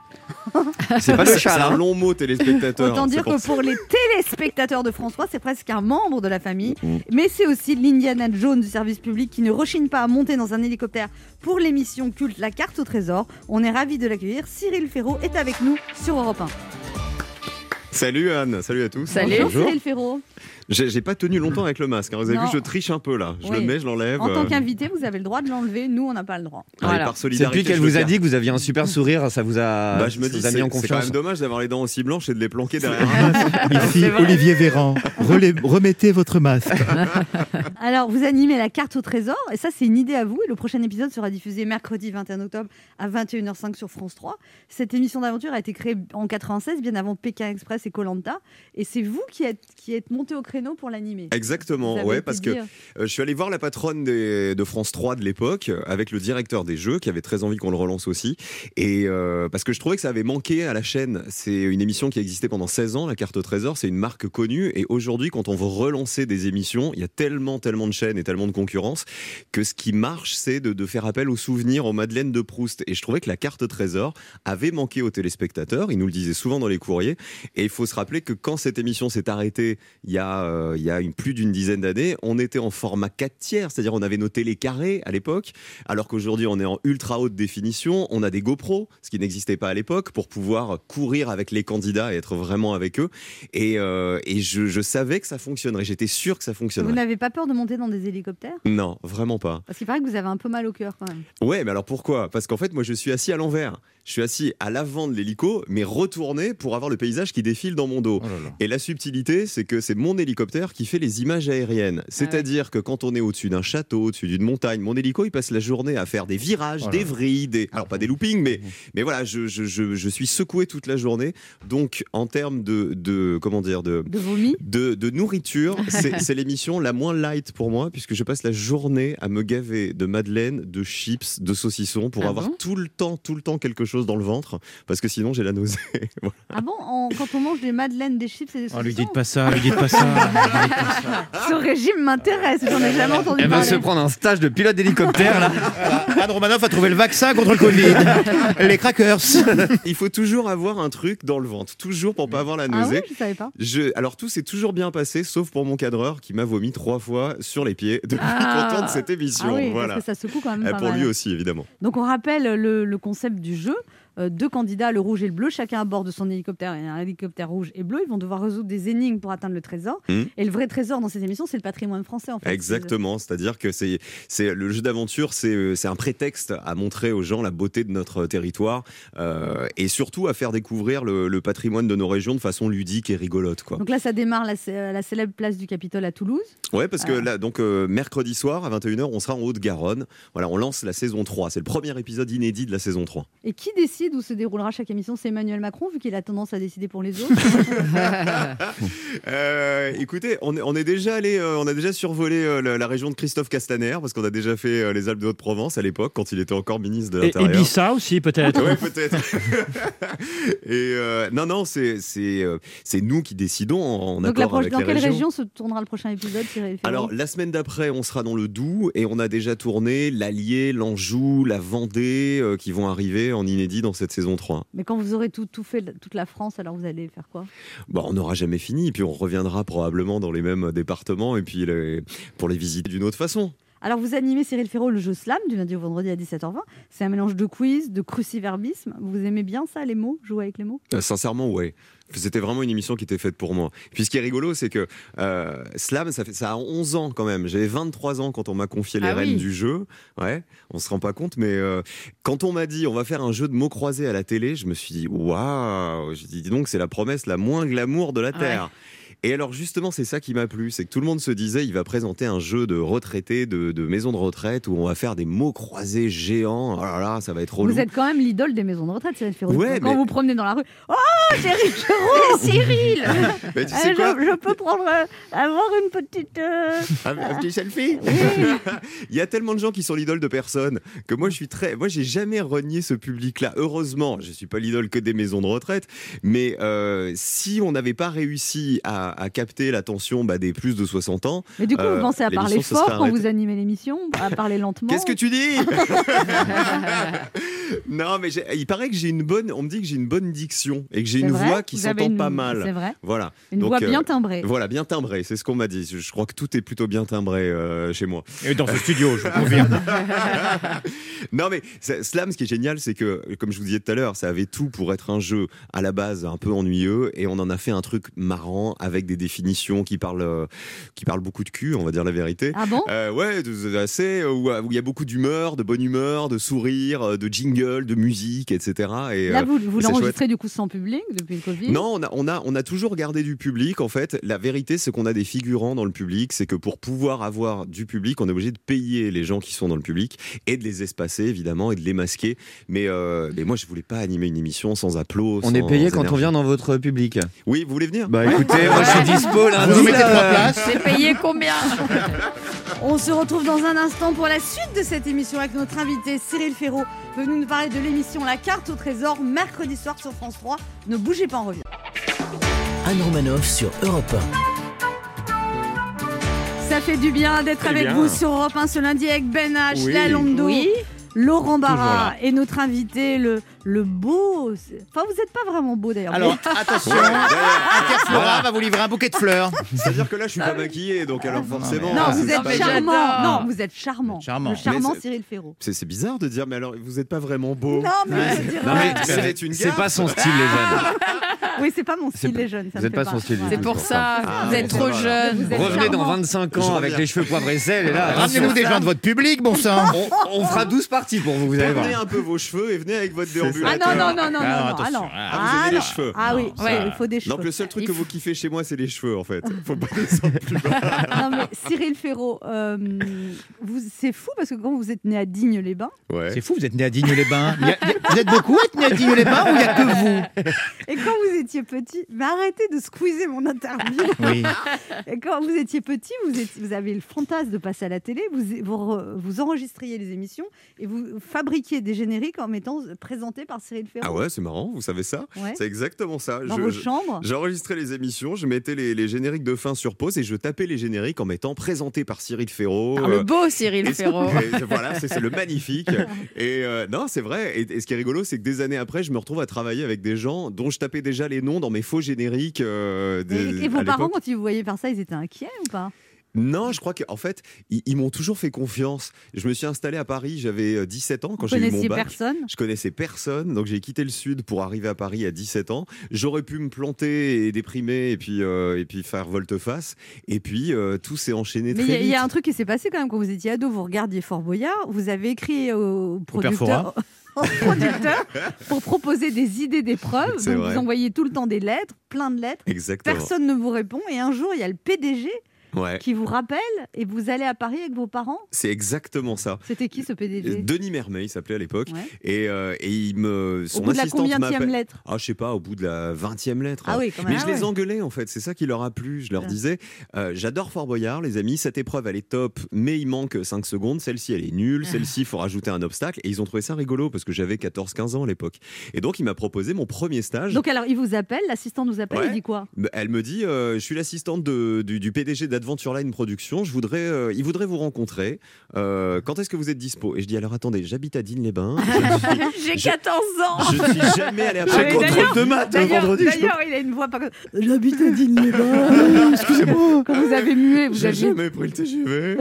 E: C'est pas le
J: C'est
E: chat, là.
J: un long mot, téléspectateur.
C: autant dire
J: C'est pour
C: que
J: ça.
C: pour les téléspectateurs de François, c'est presque un membre de la famille.
J: Mm-hmm.
C: Mais c'est aussi l'Indiana Jones du service public qui ne rechigne pas à monter dans un hélicoptère pour l'émission culte La Carte au Trésor. On est ravis de l'accueillir. Cyril Ferraud est avec nous sur Europe 1.
J: Salut Anne, salut à tous.
F: Salut.
C: Bonjour Cyril Ferraud.
J: J'ai j'ai pas tenu longtemps avec le masque. hein. Vous avez
C: Non.
J: vu, je triche un peu là. Je
C: Oui.
J: le mets, je l'enlève.
C: En tant
J: euh,
C: qu'invité, vous avez le droit de l'enlever. Nous, on n'a pas le droit.
J: allez,
F: Voilà.
J: Par
E: C'est
J: solidarité.
E: depuis qu'elle
J: je le
E: vous a
J: garde.
E: dit que vous aviez un super sourire, ça vous a,
J: Bah, je me
E: ça vous
J: dis,
E: a
J: c'est
E: mis en
J: c'est quand
E: confiance.
J: même dommage d'avoir les dents aussi blanches et de les planquer derrière un masque.
D: Ici, Olivier Véran, relais- remettez votre masque.
C: Alors, vous animez la carte au trésor, et ça, c'est une idée à vous. Et le prochain épisode sera diffusé mercredi 21 octobre à 21h05 sur France 3. Cette émission d'aventure a été créée en 96, bien avant Pékin Express c'est Colanta, et c'est vous qui êtes, qui êtes monté au créneau pour l'animer. Vous
J: Exactement,
C: avez
J: ouais,
C: été
J: parce que
C: dire-
J: Euh, je suis allé voir la patronne des- de France 3 de l'époque euh, avec le directeur des jeux qui avait très envie qu'on le relance aussi. Et euh, parce que je trouvais que ça avait manqué à la chaîne. C'est une émission qui a existé pendant 16 ans, la carte au trésor. C'est une marque connue. Et aujourd'hui, quand on veut relancer des émissions, il y a tellement, tellement de chaînes et tellement de concurrence que ce qui marche, c'est de, de faire appel aux souvenirs, aux Madeleines de Proust. Et je trouvais que la carte au trésor avait manqué aux téléspectateurs. Ils nous le disaient souvent dans les courriers. Et il faut se rappeler que quand cette émission s'est arrêtée il y a, euh, il y a une, plus d'une dizaine d'années, on était en format 4 tiers, c'est-à-dire on avait nos télécarrés à l'époque, alors qu'aujourd'hui on est en ultra haute définition, on a des GoPro, ce qui n'existait pas à l'époque, pour pouvoir courir avec les candidats et être vraiment avec eux. Et, euh, et je, je savais que ça fonctionnerait, j'étais sûr que ça
C: Vous
J: fonctionnerait.
C: n'avez pas peur de monter dans des hélicoptères
J: Non, vraiment pas.
C: Parce qu'il paraît que vous avez un peu mal au cœur quand même.
J: Ouais, mais alors pourquoi Parce qu'en fait, moi, je suis assis à l'envers. Je suis assis à l'avant de l'hélico, mais retourné pour avoir le paysage qui défile dans mon dos.
D: Oh là là.
J: Et la subtilité, c'est que c'est mon hélicoptère qui fait les images aériennes. C'est-à-dire que quand on est au-dessus d'un château, au-dessus d'une montagne, mon hélico, il passe la journée à faire des virages,
D: Oh là
J: des
D: là. Mhm.
J: vrilles, des... alors pas des loopings, mais, mais voilà, je, je, je, je suis secoué toute la journée. Donc, en termes de, de, comment dire, de,
C: De vomi
J: de, de nourriture, c'est c'est l'émission la moins light pour moi, puisque je passe la journée à me gaver de madeleine, de chips, de saucissons, pour
F: Ah
J: avoir
F: bon
J: tout le temps, tout le temps quelque chose dans le ventre, parce que sinon j'ai la nausée. [laughs] Voilà.
C: Ah bon on- Quand on mange des madeleines, des chips et des
D: Oh, lui
C: saucissons,
D: dites pas ça, lui dites pas ça.
C: ce régime m'intéresse,
D: Eh
C: j'en ai
D: ben,
C: jamais entendu
E: Elle va
C: parler.
E: se prendre un stage de pilote d'hélicoptère, là.
D: Anne Romanoff a trouvé le vaccin contre le [laughs] Covid. Les crackers.
J: [laughs] Il faut toujours avoir un truc dans le ventre, toujours pour pas avoir la
C: Ah
J: nausée.
C: ouais, je savais pas.
J: Je- alors tout s'est toujours bien passé, sauf pour mon cadreur qui m'a vomi trois fois sur les pieds depuis
F: Ah.
J: [laughs] content de cette émission.
C: Ah oui,
J: voilà.
C: parce que ça secoue quand même
J: Euh,
C: pas
J: Pour
C: mal.
J: lui aussi, évidemment.
C: Donc on rappelle le, le concept du jeu. Euh, deux candidats, le rouge et le bleu, chacun à bord de son hélicoptère et un hélicoptère rouge et bleu. Ils vont devoir résoudre des énigmes pour atteindre le trésor.
J: Mhm.
C: Et le vrai trésor dans cette émission, c'est le patrimoine français en fait.
J: Exactement, c'est-à-dire que c'est c'est le jeu d'aventure, c'est euh, c'est un prétexte à montrer aux gens la beauté de notre territoire euh, et surtout à faire découvrir le, le patrimoine de nos régions de façon ludique et rigolote quoi.
C: Donc là, ça démarre la, cé- la célèbre place du Capitole à Toulouse.
J: Ouais, parce que
C: Ah.
J: là donc euh, mercredi soir à 21h, on sera en Haute-Garonne. Voilà, on lance la saison 3, c'est le premier épisode inédit de la saison 3.
C: Et qui décide où se déroulera chaque émission C'est Emmanuel Macron, vu qu'il a tendance à décider pour les
J: [laughs]
C: autres.
J: Euh, écoutez, on est, on est déjà allé, euh, on a déjà survolé euh, la, la région de Christophe Castaner parce qu'on a déjà fait euh, les Alpes de Haute-Provence à l'époque quand il était encore ministre de
G: Et
J: l'Intérieur.
G: Ibiza
A: [laughs]
G: aussi, peut-être.
D: Ah
J: Ouais, peut-être. Et euh, non, non, c'est c'est euh, c'est nous qui décidons en, en
C: Donc la
J: accord
C: proche-
J: avec
C: dans
J: les
C: quelle
J: régions.
C: région se tournera le prochain épisode Cyril Ferrand
J: Alors la semaine d'après, on sera dans le Doubs et on a déjà tourné l'Allier, l'Anjou, la Vendée euh, qui vont arriver en inédit dans cette saison 3.
C: Mais quand vous aurez tout, tout fait, toute la France, alors vous allez faire quoi
J: Bon, Bah, on n'aura jamais fini et puis on reviendra probablement dans les mêmes départements et puis les- pour les visiter d'une autre façon.
C: Alors, vous animez Cyril Ferraud le jeu slam du lundi au vendredi à 17h20. C'est un mélange de quiz, de cruciverbisme. Vous aimez bien ça, les mots Jouer avec les mots
J: Euh, Sincèrement, ouais. C'était vraiment une émission qui était faite pour moi. Puis ce qui est rigolo, c'est que euh, Slam, ça, fait, ça a 11 ans quand même. J'avais 23 ans quand on m'a confié les
F: Ah
J: rênes
F: oui.
J: du jeu. Ouais, on se rend pas compte, mais euh, quand on m'a dit on va faire un jeu de mots croisés à la télé, je me suis dit waouh J'ai dit dis donc, c'est la promesse la moins glamour de la
F: Ouais.
J: Terre. Et alors justement, c'est ça qui m'a plu, c'est que tout le monde se disait, il va présenter un jeu de retraités, de, de maison de retraite, où on va faire des mots croisés géants. Oh là là, ça va être relou.
C: Vous êtes quand même l'idole des maisons de retraite, Cyril Ferraud.
J: Ouais,
C: quand
J: mais-
C: vous promenez dans la rue, oh,
J: [laughs]
C: Cyril Ferraud
F: Cyril
J: Mais tu
C: euh,
J: sais
C: je,
J: quoi
C: je peux prendre, euh, avoir une petite. euh,
J: [laughs] Un, un petit
C: [laughs]
J: selfie [laughs] Il y a tellement de gens qui sont l'idole de personne que moi je suis très, moi j'ai jamais renié ce public-là. Heureusement, je suis pas l'idole que des maisons de retraite, mais euh, si on n'avait pas réussi à, à capter l'attention bah, des plus de 60 ans,
C: Mais du coup,
J: Euh,
C: vous pensez à parler
J: l'émission, ça se
C: fort
J: fait
C: quand
J: arrêter.
C: vous animez l'émission, à parler lentement.
J: qu'est-ce que tu
C: [laughs]
J: dis [laughs] Non, mais j'ai- il paraît que j'ai une bonne, on me dit que j'ai une bonne diction et que j'ai
C: C'est
J: une
C: vrai,
J: voix qui
C: vous avez
J: s'entend
C: une-
J: pas
C: C'est
J: mal.
C: vrai.
J: Voilà,
C: Une
J: Donc,
C: voix
J: euh,
C: bien timbrée.
J: voilà, bien timbré, c'est ce qu'on m'a dit. Je je crois que tout est plutôt bien timbré euh, chez moi.
D: Et dans ce studio, je vous
J: [laughs]
D: conviens.
J: Non mais ça- Slam, ce qui est génial, c'est que comme je vous disais tout à l'heure, ça avait tout pour être un jeu à la base un peu ennuyeux et on en a fait un truc marrant avec des définitions qui parlent euh, qui parlent beaucoup de cul, on va dire la vérité.
C: Ah bon
J: Euh, ouais, de- de- assez euh, où où il y a beaucoup d'humeur, de bonne humeur, de sourire, euh, de jingle, jingles, de musique, etc. Et,
G: Là,
J: euh,
G: vous,
J: et
G: vous
J: c'est
G: l'enregistrez du coup sans public depuis le
C: Mmh.
G: Covid
J: non, on a, on, a, on a toujours gardé du public. En fait, la vérité, c'est qu'on a des figurants dans le public. C'est que pour pouvoir avoir du public, on est obligé de payer les gens qui sont dans le public et de les espacer, évidemment, et de les masquer. Mais, euh, mais moi, je voulais pas animer une émission sans applause.
E: On est payé quand on vient dans votre public.
J: Oui, vous voulez venir
E: Bah écoutez, moi je suis dispo euh, là.
D: Vous en mettez
J: Euh.
D: trois places.
F: C'est payé combien
C: [laughs] On se retrouve dans un instant pour la suite de cette émission avec notre invité Cyril Ferraud, venu nous parler de l'émission La carte au trésor, mercredi soir sur France 3. Ne bougez pas, on revient.
B: Anne Romanoff sur Europe
C: Ça fait du bien d'être avec
E: bien.
C: vous sur Europe 1 ce lundi avec Ben H,
E: Oui.
C: La Lando,
F: Oui.
E: Toujours
C: Laurent Barra
E: là.
C: et notre invité, le, le beau. c'est- Enfin, vous n'êtes pas vraiment beau d'ailleurs.
D: Alors, attention, Interflora va vous livrer un bouquet de fleurs.
J: C'est-à-dire que là,
E: Ah
J: je suis pas maquillé, donc alors forcément. euh,
C: mais- Non,
D: Ah,
C: vous
J: c'est
C: êtes
J: pas-
C: charmant.
F: j'adore.
C: Non, vous êtes charmant.
D: Charmant.
C: Le
D: Mais
C: charmant
J: c'est-
C: Cyril Ferraud.
J: C'est c'est bizarre de dire, mais alors vous n'êtes pas vraiment beau.
C: Non, mais je veux dire,
E: Non, mais
J: C'est
E: c'est-
J: une
E: euh, c'est
J: gaffe.
E: pas son style les jeunes.
C: oui, c'est pas mon
E: C'est
C: style,
E: pas-
C: les jeunes. ça
E: vous
C: me
E: êtes
C: fait
E: pas son style du
F: C'est
E: tout.
F: pour ça, vous êtes trop jeune.
C: Vous êtes
E: Revenez dans
C: charmant.
E: 25
J: Je
E: ans avec
J: reviens.
E: les cheveux poivre et sel et là.
D: Ramenez-vous des gens de votre public, bon sang.
E: on, on fera 12 parties pour vous, vous allez voir.
J: Prenez un peu vos cheveux et venez avec votre
C: Ah
J: déambulateur.
C: non, non, non, non, non,
D: Ah,
C: non,
D: attention.
C: alors.
J: Ah, vous aimez les
C: alors.
J: cheveux.
C: Ah oui,
D: Non,
C: ouais,
D: ça-
C: il faut des cheveux.
J: Donc le seul truc
F: Il
J: que
F: faut-
J: vous kiffez chez moi, c'est les cheveux en
C: [laughs]
J: fait. Faut pas descendre plus bas.
C: Non, mais Cyril Ferraud, euh, vous- c'est fou parce que quand vous êtes né à Digne-les-Bains
J: Ouais.
D: C'est fou, vous êtes né à Digne-les-Bains. Il y a- il y a- Vous êtes beaucoup à être né à Digne-les-Bains ou il n'y a que vous
C: et quand vous étiez petit, mais arrêtez de squeezer mon interview.
D: Oui.
C: [laughs] Et quand vous étiez petit, vous, étiez- vous avez le fantasme de passer à la télé, vous, vous, re- vous enregistriez les émissions et vous fabriquiez des génériques en mettant euh, présentés par Cyril
J: Ah
C: Ferraud
J: ouais, c'est marrant, vous savez ça
C: Ouais.
J: C'est exactement ça.
C: dans
J: Je-
C: vos
J: je-
C: chambres.
J: J'enregistrais les émissions, je mettais les, les génériques de fin sur pause et je tapais les génériques en mettant présenté par Cyril Ferraud.
C: Ah,
F: Par
J: euh,
F: le Ah, beau Cyril
J: et-
F: Ferraud.
J: [laughs] et voilà, c'est c'est le magnifique.
C: [laughs]
J: Et euh, non, c'est vrai. Et, et ce qui est rigolo, c'est que des années après, je me retrouve à travailler avec des gens dont je tapais déjà les noms dans mes faux génériques. euh,
C: Et,
J: des-
C: et vos
J: à
C: parents,
J: l'époque.
C: quand ils vous voyaient faire ça, ils étaient inquiets ou pas
J: Non, je crois qu'en fait, ils, ils m'ont toujours fait confiance. Je me suis installé à Paris, j'avais euh, 17 ans quand
C: Vous
J: j'ai eu mon
C: connaissiez
J: bac.
C: personne
J: Je connaissais personne, donc j'ai quitté le sud pour arriver à Paris à 17 ans. J'aurais pu me planter et déprimer et puis, euh, et puis faire volte-face. Et puis euh, tout s'est enchaîné
C: Mais il y
J: très
C: a- il y,
J: vite.
C: a un truc qui s'est passé quand même quand vous étiez ado, vous regardiez Fort Boyard, vous avez écrit au producteur, [laughs] au producteur pour proposer des idées d'épreuves.
J: C'est
C: Donc
J: vrai.
C: vous envoyez tout le temps des lettres, plein de lettres.
J: Exactement.
C: Personne ne vous répond et un jour il y a le PDG
J: Ouais.
C: qui vous rappelle et vous allez à Paris avec vos parents.
J: C'est exactement ça.
C: C'était qui ce PDG
J: Euh, Denis Mermet, il s'appelait à l'époque.
C: Ouais.
J: Et, euh, et il me,
C: Au
J: son
C: bout de la
J: assistante
C: combienième
J: m'appelle-
C: lettre
J: Ah, je sais pas, au bout de la 20e lettre.
C: Ah oui, quand même.
J: Mais je
C: Ah
J: les
C: ouais.
J: engueulais en fait, c'est ça qui leur a plu. Je leur
C: Ah.
J: disais, euh, j'adore Fort Boyard, les amis, cette épreuve elle est top, mais il manque 5 secondes, celle-ci elle est nulle,
C: Ah.
J: celle-ci il faut rajouter un obstacle. Et ils ont trouvé ça rigolo parce que j'avais 14-15 ans à l'époque. Et donc il m'a proposé mon premier stage.
C: Donc alors il vous appelle, l'assistante vous appelle,
J: Ouais.
C: il dit quoi
J: Elle me dit, euh, je suis l'assistante de- du, du PDG d'Adventure Line Productions, je voudrais, euh, il voudrait vous rencontrer. Euh, quand est-ce que vous êtes dispo Et je dis, alors attendez, j'habite à
C: [laughs]
J: Digne-les-Bains,
F: [laughs] J'ai
J: Je-
F: 14 ans.
J: je ne suis jamais allé à
F: J'ai
J: Paris.
F: contrôle
J: demain,
C: D'ailleurs, d'ailleurs, il a une voix pas comme J'habite à [laughs] Digne-les-Bains, excusez-moi. Quand vous avez mué, vous
J: J'ai
C: aviez,
J: jamais pris le
C: [laughs]
J: TGV.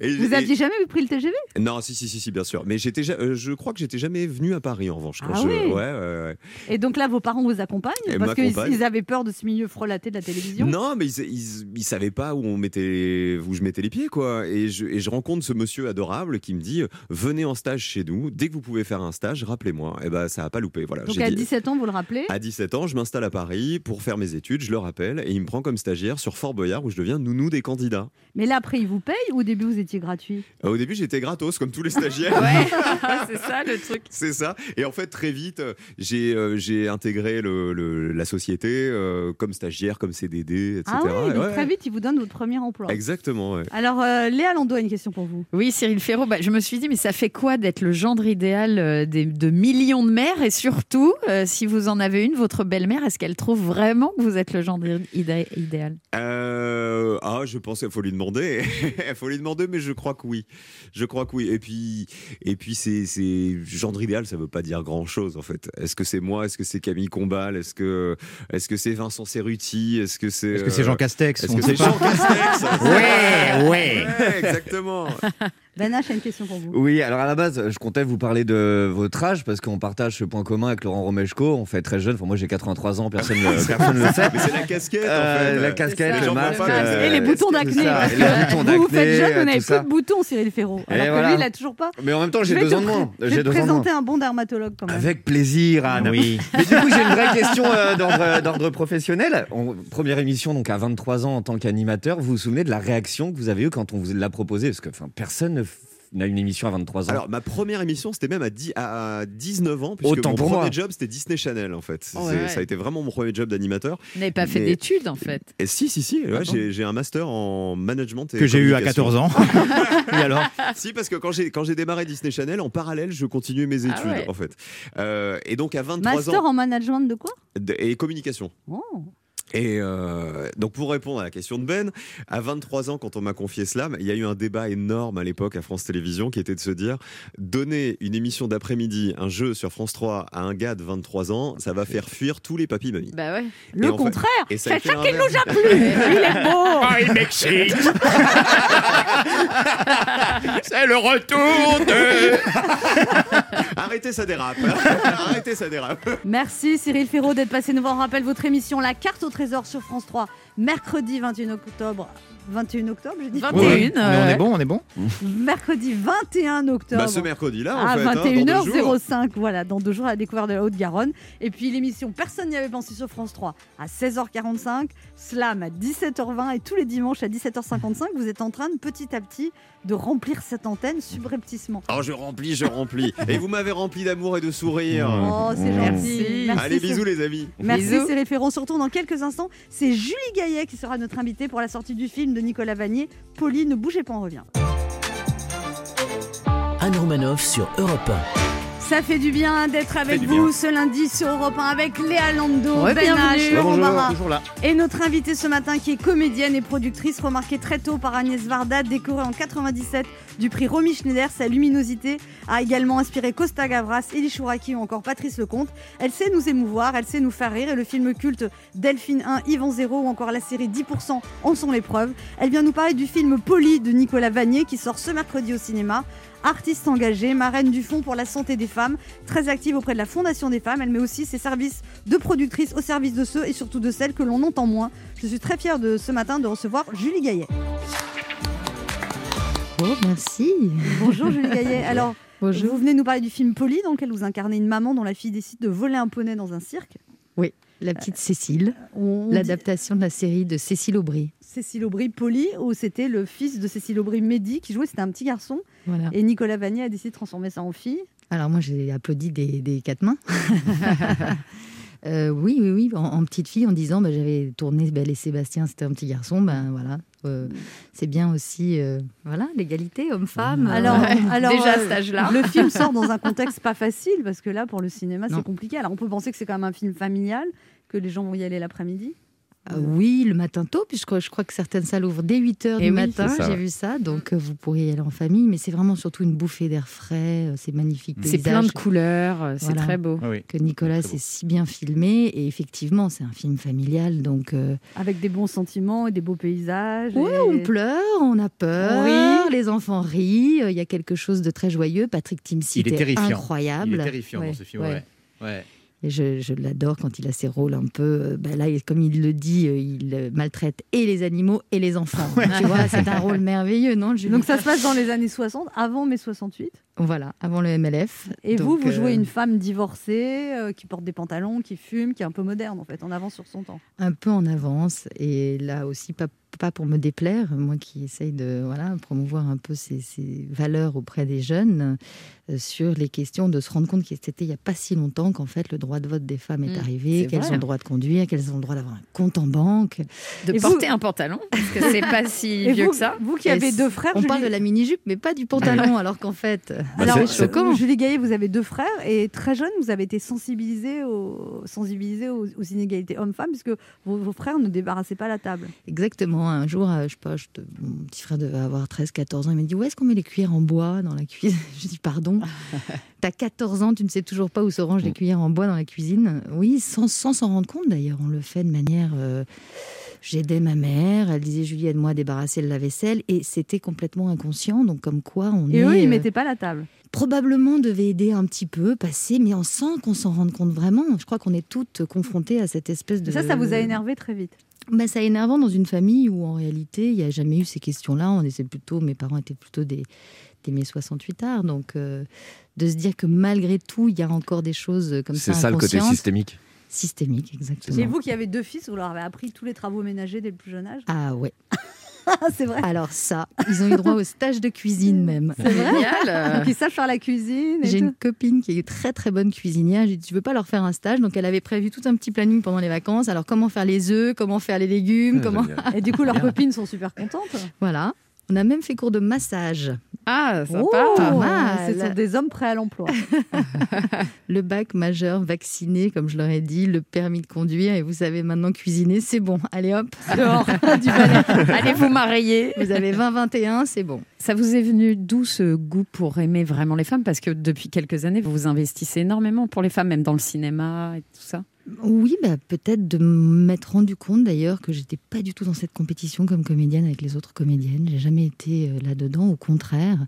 J: Et-
C: vous
J: et-
C: aviez jamais pris le TGV
J: Non, si, si, si, si, bien sûr. Mais j'étais, ja- euh, je crois que j'étais jamais venu à Paris en revanche. Quand
C: Ah
J: je-
C: oui.
J: ouais, ouais, ouais.
C: Et donc là, vos parents vous accompagnent
J: Et
C: parce qu'ils
J: m'accompagnent.
C: ils avaient peur de ce milieu frelaté de la télévision.
J: Non, mais ils, ils, ils savaient pas où on mettait, où je mettais les pieds, quoi. Et je, et je rencontre ce monsieur adorable qui me dit euh, venez en stage chez nous. Dès que vous pouvez faire un stage, rappelez-moi. Et ben, ça a pas loupé. Voilà.
C: donc
J: J'ai
C: à
J: dit-
C: 17 ans, vous le rappelez
J: à 17 ans, je m'installe à Paris pour faire mes études, je le rappelle, et il me prend comme stagiaire sur Fort Boyard où je deviens nounou des candidats.
C: Mais là, après, ils vous payent ou au début, vous étiez gratuit
J: Euh, Au début, j'étais gratos comme tous les stagiaires. [laughs]
F: Ouais, c'est ça le truc.
J: C'est ça. Et en fait, très vite, euh, j'ai euh, j'ai intégré le, le- la société euh, comme stagiaire, comme CDD, etc.
C: Ah oui, donc
J: Ouais.
C: très vite, ils vous donnent votre premier emploi.
J: Exactement. ouais.
C: Alors, euh, Léa Lando a une question pour vous.
F: Oui, Cyril Ferraud, bah, je me suis dit, mais ça fait quoi d'être le gendre idéal euh, des- de millions de mères Et surtout, euh, si vous en avez une, votre belle-mère, est-ce qu'elle trouve vraiment que vous êtes le gendre idé- idéal
J: Euh, ah, je pense qu'il faut lui demander. [laughs] Il faut lui demander, mais je crois que oui. Je crois que oui. Et puis, et puis c'est c'est- gendre idéal, ça veut pas dire grand chose en fait. Est-ce que c'est moi Est-ce que c'est Camille Combal Est-ce que est-ce que c'est Vincent Cerruti Est-ce que c'est
D: Est-ce que c'est
J: euh,
D: Jean Castex
J: Est-ce
D: On
J: que [laughs]
D: sait
J: c'est
D: pas.
J: Jean Castex
D: Ouais, ouais.
C: [laughs]
J: Ouais, exactement.
C: Banache a une question pour vous.
E: Oui, alors à la base, je comptais vous parler de votre âge parce qu'on partage ce point commun avec Laurent Romeshko. On fait très jeune. Enfin, moi, j'ai 83 ans, personne ne personne le sait.
J: Mais [laughs] c'est la casquette,
E: Euh,
J: en fait.
E: la casquette,
J: Les
E: le
J: gens voient
E: masque,
J: pas, mais
E: euh,
J: c'est-
G: Et les boutons
E: c'est
G: d'acné.
E: ça, et les boutons
G: Vous vous faites
E: d'acné,
G: jeune,
E: euh,
G: vous n'avez
E: tout
G: plus
E: ça.
G: de boutons, Cyril Ferraud. Alors que
E: voilà.
G: lui, il a toujours pas.
E: Mais en même temps, j'ai
G: Je vais
E: deux
G: te
E: ans de
G: pré-
E: moins.
C: Je vais
E: J'ai
C: te
E: deux ans de moins.
C: présenter un bon dermatologue quand même.
E: Avec plaisir, Anne.
D: Oui.
E: Mais du coup, j'ai une vraie question euh, d'ordre euh, d'ordre professionnel. On- première émission, donc à 23 ans en tant qu'animateur, vous vous souvenez de la réaction que vous avez eue quand on vous l'a proposé Parce que enfin, personne ne f- n'a une émission à 23 ans.
J: Alors, bah, ma première émission, c'était même à, dix- à 19 ans, puisque
E: Autant
J: mon
E: pour
J: premier
E: moi.
J: job, c'était Disney Channel, en fait.
F: Ouais,
J: C'est-
F: ouais.
J: Ça a été vraiment mon premier job d'animateur.
F: Vous n'avez pas fait
J: Mais-
F: d'études, en fait.
J: Et si, si, si, ouais,
F: bon
J: j'ai j'ai un master en management et
D: Que j'ai eu à
J: communication. [laughs]
D: 14 ans. Et alors
J: si, parce que quand j'ai quand j'ai démarré Disney Channel, en parallèle, je continuais mes études,
F: Ah ouais.
J: en fait. Euh, et donc à 23
C: Master
J: ans
C: en management de quoi
J: de- et communication.
C: Oh.
J: Et euh, donc pour répondre à la question de Ben, à 23 ans, quand on m'a confié cela, il y a eu un débat énorme à l'époque à France Télévisions qui était de se dire donner une émission d'après-midi, un jeu sur France 3 à un gars de 23 ans, ça va faire fuir tous les papis mamies.
F: Bah ouais.
J: Et
G: Le
J: en fait-
G: contraire.
J: Et ça a été
G: Quelqu'un qui
J: l'inverse.
G: nous
J: [laughs]
G: a plu. Ah, Il est beau.
D: C'est le retour de.
J: Arrêtez, ça dérape. Arrêtez, ça dérape.
C: Merci Cyril Ferraud d'être passé nous voir. On rappelle votre émission La carte au trésor sur France 3, mercredi 21 octobre. 21 octobre, j'ai dit Euh,
F: 21.
D: Ouais, ouais.
F: Une,
D: Mais
F: euh,
D: on est bon, on est bon.
C: Mercredi 21 octobre.
J: Bah, ce mercredi là, en
C: à
J: fait, hein, dans deux jours.
C: 21h05, voilà, dans deux jours à la découverte de la Haute-Garonne. Et puis l'émission Personne n'y avait pensé sur France 3 à 16h45, Slam à 17h20 et tous les dimanches à 17h55, vous êtes en train de petit à petit de remplir cette antenne subrepticement.
J: Oh, je remplis, je remplis. Et vous m'avez rempli d'amour et de sourire.
C: Oh, c'est
F: Merci.
C: gentil.
J: Allez,
C: Cyril.
J: bisous les amis.
C: Merci
F: Bisous.
C: Cyril Ferron. On se retrouve dans quelques instants. C'est Julie Gaillet qui sera notre invitée pour la sortie du film de Nicolas Vanier. Pauline, ne bougez pas, on revient.
B: Anne Romanoff sur Europe
C: Ça fait du bien d'être avec
J: du
C: vous ce lundi sur Europe 1 avec Léa Lando,
F: Ouais,
C: Ben H,
F: bienvenue.
C: Laurent Barra.
D: toujours là.
C: Et notre invitée ce matin qui est comédienne et productrice, remarquée très tôt par Agnès Varda, décorée en 97 du prix Romy Schneider. Sa luminosité a également inspiré Costa Gavras, Elie Chouraki ou encore Patrice Lecomte. Elle sait nous émouvoir, elle sait nous faire rire et le film culte Delphine 1, Yvan 0 ou encore la série 10% en sont les preuves. Elle vient nous parler du film Poli de Nicolas Vanier qui sort ce mercredi au cinéma. Artiste engagée, marraine du Fonds pour la santé des femmes, très active auprès de la Fondation des femmes, elle met aussi ses services de productrice au service de ceux et surtout de celles que l'on entend moins. Je suis très fière de ce matin de recevoir Julie Gaillet.
F: Oh, merci. [laughs]
C: Bonjour Julie Gaillet. Alors,
F: Bonjour.
C: vous venez nous parler du film Polly dans lequel vous incarnez une maman dont la fille décide de voler un poney dans un cirque.
F: La petite Cécile,
C: Euh, On dit
F: l'adaptation de la série de Cécile Aubry.
C: Cécile Aubry Polly ou c'était le fils de Cécile Aubry Mehdi qui jouait, c'était un petit garçon
F: Voilà.
C: et Nicolas Vanier a décidé de transformer ça en fille.
F: Alors moi, j'ai applaudi des, des quatre
C: [laughs]
F: mains. Euh, oui, oui, oui, en, en petite fille, en disant, bah, j'avais tourné Belle et Sébastien, c'était un petit garçon, ben voilà. Euh, c'est bien aussi, euh, voilà, l'égalité homme-femme.
C: Alors,
F: [laughs]
C: alors,
F: déjà à
C: euh,
F: cet âge-là.
C: Le [laughs] film
F: [laughs]
C: sort dans un contexte pas facile parce que là pour le cinéma
F: Non.
C: c'est compliqué. Alors on peut penser que c'est quand même un film familial, que les gens vont y aller l'après-midi.
F: Ah oui, le matin tôt, puisque je crois que certaines salles ouvrent dès 8 h du
G: Eh oui,
F: matin.
E: c'est ça,
F: J'ai
E: ouais.
F: vu ça, donc euh, vous pourriez y aller en famille, mais c'est vraiment surtout une bouffée d'air frais. euh, C'est magnifique.
G: C'est plein de
F: paysage
G: couleurs, euh, c'est
F: Voilà.
G: très beau.
E: Ah
D: oui.
F: Que Nicolas
D: Très beau.
F: s'est si bien filmé, et effectivement, c'est un film familial, donc. euh,
C: Avec des bons sentiments et des beaux paysages.
F: Ouais,
C: et-
F: on pleure, on a peur,
C: On
F: les enfants rient, euh, il y a quelque chose de très joyeux. Patrick Timsit
D: Il est terrifiant.
F: incroyable.
D: Il est terrifiant
F: Ouais,
D: dans ce film.
F: ouais.
D: Ouais. Ouais.
F: Et je, je l'adore quand il a ses rôles un peu. euh, bah là, il- comme il le dit, euh, il euh, maltraite et les animaux et les enfants. Tu vois, c'est
G: [laughs]
F: un rôle merveilleux, non Julie
C: Donc ça se passe dans les années 60, avant mai 68.
F: Voilà, avant le MLF.
C: Et
F: Donc,
C: vous, vous
F: euh,
C: jouez une femme divorcée euh, qui porte des pantalons, qui fume, qui est un peu moderne en fait, en avance sur son temps.
F: un peu en avance et là aussi pas, pas pour me déplaire, moi qui essaye de voilà, promouvoir un peu ces, ces valeurs auprès des jeunes euh, sur les questions de se rendre compte que c'était il n'y a pas si longtemps qu'en fait le droit de vote des femmes est
G: Mm,
F: arrivé,
G: c'est
F: qu'elles
G: vrai.
F: ont le droit de conduire, qu'elles ont le droit d'avoir un compte en banque.
G: De
C: Et
G: porter
C: vous-
G: un pantalon, parce que c'est pas si
C: Et
G: vieux
C: vous,
G: que ça.
C: vous qui
F: Et
C: avez
F: c-
C: deux frères,
F: On
C: Julie...
F: parle de la mini-jupe mais pas du pantalon alors qu'en fait...
C: Alors,
E: c'est-
C: je-
E: c'est-
F: choquant.
C: Julie Gaillet, vous avez deux frères et très jeune, vous avez été sensibilisée aux, sensibilisée aux, aux inégalités hommes-femmes puisque vos, vos frères ne débarrassaient pas la table.
F: Exactement. Un jour, euh, je sais pas, je te- mon petit frère devait avoir 13-14 ans. Il m'a dit Où est-ce qu'on met les cuillères en bois dans la cuisine Je dis
C: [laughs]
F: Pardon, t'as 14 ans, tu ne sais toujours pas où se
C: Mm.
F: rangent les cuillères en bois dans la cuisine. Oui, sans sans s'en rendre compte d'ailleurs. On le fait de manière. euh, J'aidais ma mère, elle disait Julie, aide-moi à débarrasser le lave-vaisselle. Et c'était complètement inconscient, donc comme quoi on
C: Et
F: est.
C: eux, ils
F: euh,
C: mettaient pas la table.
F: probablement devait aider un petit peu, passer, mais on sent qu'on s'en rende compte vraiment. Je crois qu'on est toutes confrontées à cette espèce de.
C: Ça, ça vous a énervé très vite.
F: Bah, ça énervant dans une famille où en réalité il n'y a jamais eu ces questions-là. On était plutôt, mes parents étaient plutôt des, des mai 68 arts, donc euh, de se dire que malgré tout il y a encore des choses euh, comme ça.
E: C'est ça le côté
F: inconscientes.
E: systémique.
F: Systémique, exactement.
C: Et vous qui avez deux fils, vous leur avez appris tous les travaux ménagers dès le
F: [laughs]
C: plus jeune âge
F: Ah ouais.
C: Ah, c'est vrai.
F: Alors ça, ils ont eu droit au stage de cuisine même.
C: C'est [laughs] vrai.
G: Génial.
C: Donc ils savent faire la cuisine. Et
F: J'ai
C: tout.
F: une copine qui est très très bonne cuisinière. J'ai dit, tu veux pas leur faire un stage Donc elle avait prévu tout un petit planning pendant les vacances. Alors comment faire les œufs, comment faire les légumes, comment [laughs]
C: Et du coup, leurs copines sont super contentes.
F: Voilà. On a même fait cours de massage.
G: Ah,
C: Oh,
G: sympa.
F: mal.
C: Ce sont des hommes prêts à l'emploi.
F: Le bac majeur, vacciné, comme je leur ai dit, le permis de conduire. Et vous savez, maintenant cuisiner, c'est bon. Allez hop,
C: [laughs]
F: dehors du balai.
G: Allez vous marier.
F: Vous avez 20-21, c'est bon.
G: Ça vous est venu d'où ce goût pour aimer vraiment les femmes Parce que depuis quelques années, vous vous investissez énormément pour les femmes, même dans le cinéma et tout ça.
F: Oui, bah, peut-être de m'être rendu compte d'ailleurs que j'étais pas du tout dans cette compétition comme comédienne avec les autres comédiennes. J'ai jamais été euh, là-dedans, au contraire.